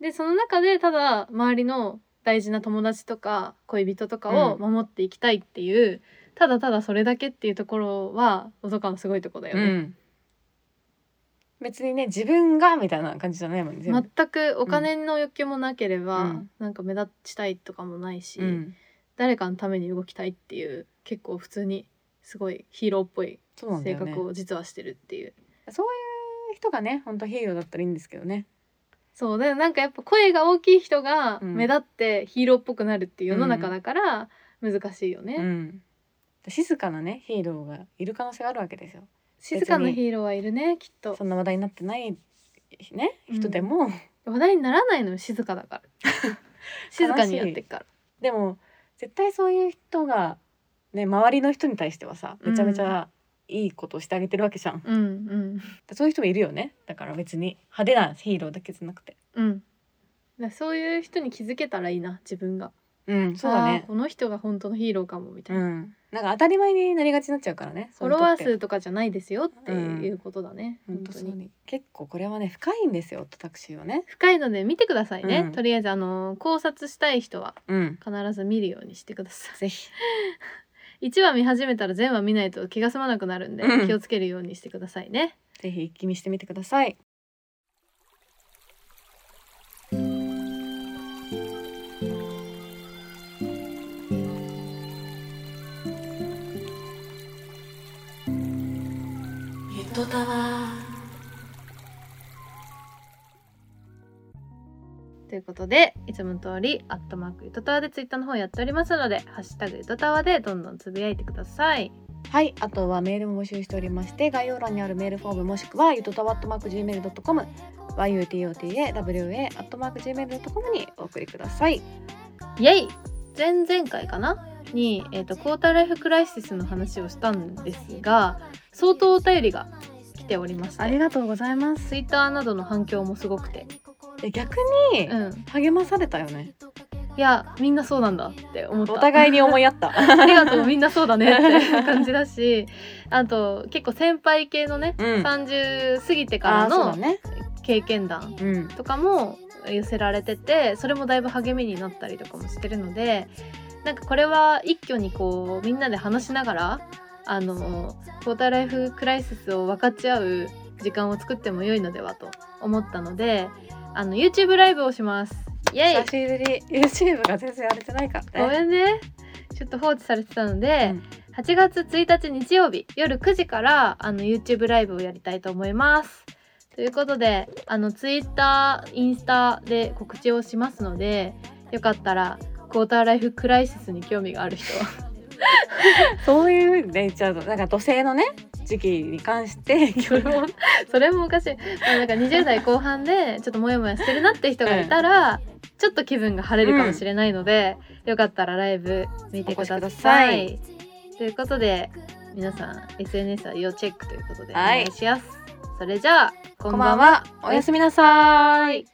[SPEAKER 1] でその中でただ周りの大事な友達とか恋人とかを守っていきたいっていう、ただただそれだけっていうところは小戸川のすごいとこだよ
[SPEAKER 2] う
[SPEAKER 1] ね、
[SPEAKER 2] ん別にね自分がみたいな感じじゃないもんね。全部
[SPEAKER 1] 全くお金の欲求もなければ、
[SPEAKER 2] うん
[SPEAKER 1] なんか目立ちたいとかもないし、
[SPEAKER 2] うん、
[SPEAKER 1] 誰かのために動きたいっていう結構普通にすごいヒーローっぽい
[SPEAKER 2] そうなんだ
[SPEAKER 1] 性
[SPEAKER 2] よね
[SPEAKER 1] 格。を実はしてるっていう。
[SPEAKER 2] そういう人がね本当ヒーローだったらいいんですけどね。
[SPEAKER 1] そうでなんかやっぱ声が大きい人が
[SPEAKER 2] うん
[SPEAKER 1] 目立ってヒーローっぽくなるっていう世の中だから難しいよね。
[SPEAKER 2] うん、静かなねヒーローがいる可能性があるわけですよ。
[SPEAKER 1] 静かなヒーローはいるねきっと
[SPEAKER 2] そんな話題になってないね
[SPEAKER 1] うん
[SPEAKER 2] 人でも、
[SPEAKER 1] 話題にならないのよ静かだから 静かにやってっから
[SPEAKER 2] でも絶対そういう人が、ね、周りの人に対してはさ
[SPEAKER 1] うん
[SPEAKER 2] めちゃめちゃいいことをしてあげてるわけじゃん、
[SPEAKER 1] うん
[SPEAKER 2] そういう人もいるよねだから別に派手なヒーローだけじゃなくて
[SPEAKER 1] うんうんだからそういう人に気づけたらいいな自分が
[SPEAKER 2] うんそうだ
[SPEAKER 1] あー
[SPEAKER 2] ね
[SPEAKER 1] この人が本当のヒーローかもみたいうな、
[SPEAKER 2] んなんか当たり前になりがちになっちゃうからね
[SPEAKER 1] フォロワー
[SPEAKER 2] そういう
[SPEAKER 1] 数
[SPEAKER 2] 人って
[SPEAKER 1] とかじゃないですよっていうことだね、
[SPEAKER 2] 本
[SPEAKER 1] 本
[SPEAKER 2] 当
[SPEAKER 1] 当
[SPEAKER 2] そう
[SPEAKER 1] に
[SPEAKER 2] に結構これはね深いんですよタクシーはね
[SPEAKER 1] 深いので見てくださいね、
[SPEAKER 2] うん
[SPEAKER 1] とりあえずあの考察したい人は
[SPEAKER 2] うん
[SPEAKER 1] 必ず見るようにしてくだ さ
[SPEAKER 2] ぜひ
[SPEAKER 1] い1話見始めたら全話見ないと気が済まなくなるんで、
[SPEAKER 2] うん
[SPEAKER 1] 気をつけるようにしてくださいね
[SPEAKER 2] ぜひ一気見してみてくださいゆとたわ
[SPEAKER 1] ということでいつもの通り「アットマークゆとたわ」でツイッターの方やっておりますので「ハッシュタグゆとたわ」でどんどんつぶやいてください
[SPEAKER 2] はいあとはメールも募集しておりまして概要欄にあるメールフォームもしくはゆとたわっとマーク Gmail.com yutotawa アットマーク Gmail.com にお送りください
[SPEAKER 1] イエイ前々回かなに、えー、とクォーターライフクライシスの話をしたんですが相当お便りが来ておりまし
[SPEAKER 2] あり
[SPEAKER 1] て
[SPEAKER 2] がとうございます
[SPEAKER 1] ツイッターなどの反響もすごくて、
[SPEAKER 2] え逆に
[SPEAKER 1] うん、
[SPEAKER 2] 励まされたよね
[SPEAKER 1] いやみんなそうなんだって思った
[SPEAKER 2] お互いに思いやった
[SPEAKER 1] ありがとうみんなそうだねって いう感じだしあと結構先輩系のね、
[SPEAKER 2] うん
[SPEAKER 1] 30過ぎて
[SPEAKER 2] あ
[SPEAKER 1] か
[SPEAKER 2] ー
[SPEAKER 1] ら
[SPEAKER 2] そうだ
[SPEAKER 1] の
[SPEAKER 2] ね
[SPEAKER 1] 経験談
[SPEAKER 2] うん
[SPEAKER 1] とかも寄せられててそれもだいぶ励みになったりとかもしてるのでなんかこれは一挙にこうみんなで話しながらあのクォーターライフクライシスを分かち合う時間を作っても良いのではと思ったのであの YouTube ライブをしますイエイ
[SPEAKER 2] 久しぶり YouTube が全然やれてないから
[SPEAKER 1] ご
[SPEAKER 2] ね
[SPEAKER 1] めんねちょっと放置されてたので、
[SPEAKER 2] うん
[SPEAKER 1] 8月1日日曜日夜9時からあの YouTube ライブをやりたいと思いますということであの Twitter インスタで告知をしますのでよかったらクォーターライフクライシスに興味がある人は
[SPEAKER 2] そういう風にね言っちゃうとなんか土星のね時期に関して
[SPEAKER 1] それもそれもおかしいまあなんか20代後半でちょっとモヤモヤしてるなって人がいたら、ちょっと気分が晴れるかもしれないので、よかったらライブ見てくだ
[SPEAKER 2] お越しくだ
[SPEAKER 1] さ
[SPEAKER 2] さ
[SPEAKER 1] い
[SPEAKER 2] い。
[SPEAKER 1] ということで皆さん SNS は要チェックということでお
[SPEAKER 2] はい
[SPEAKER 1] 願いします。それじゃあこ
[SPEAKER 2] こんばんはおやすみなさーい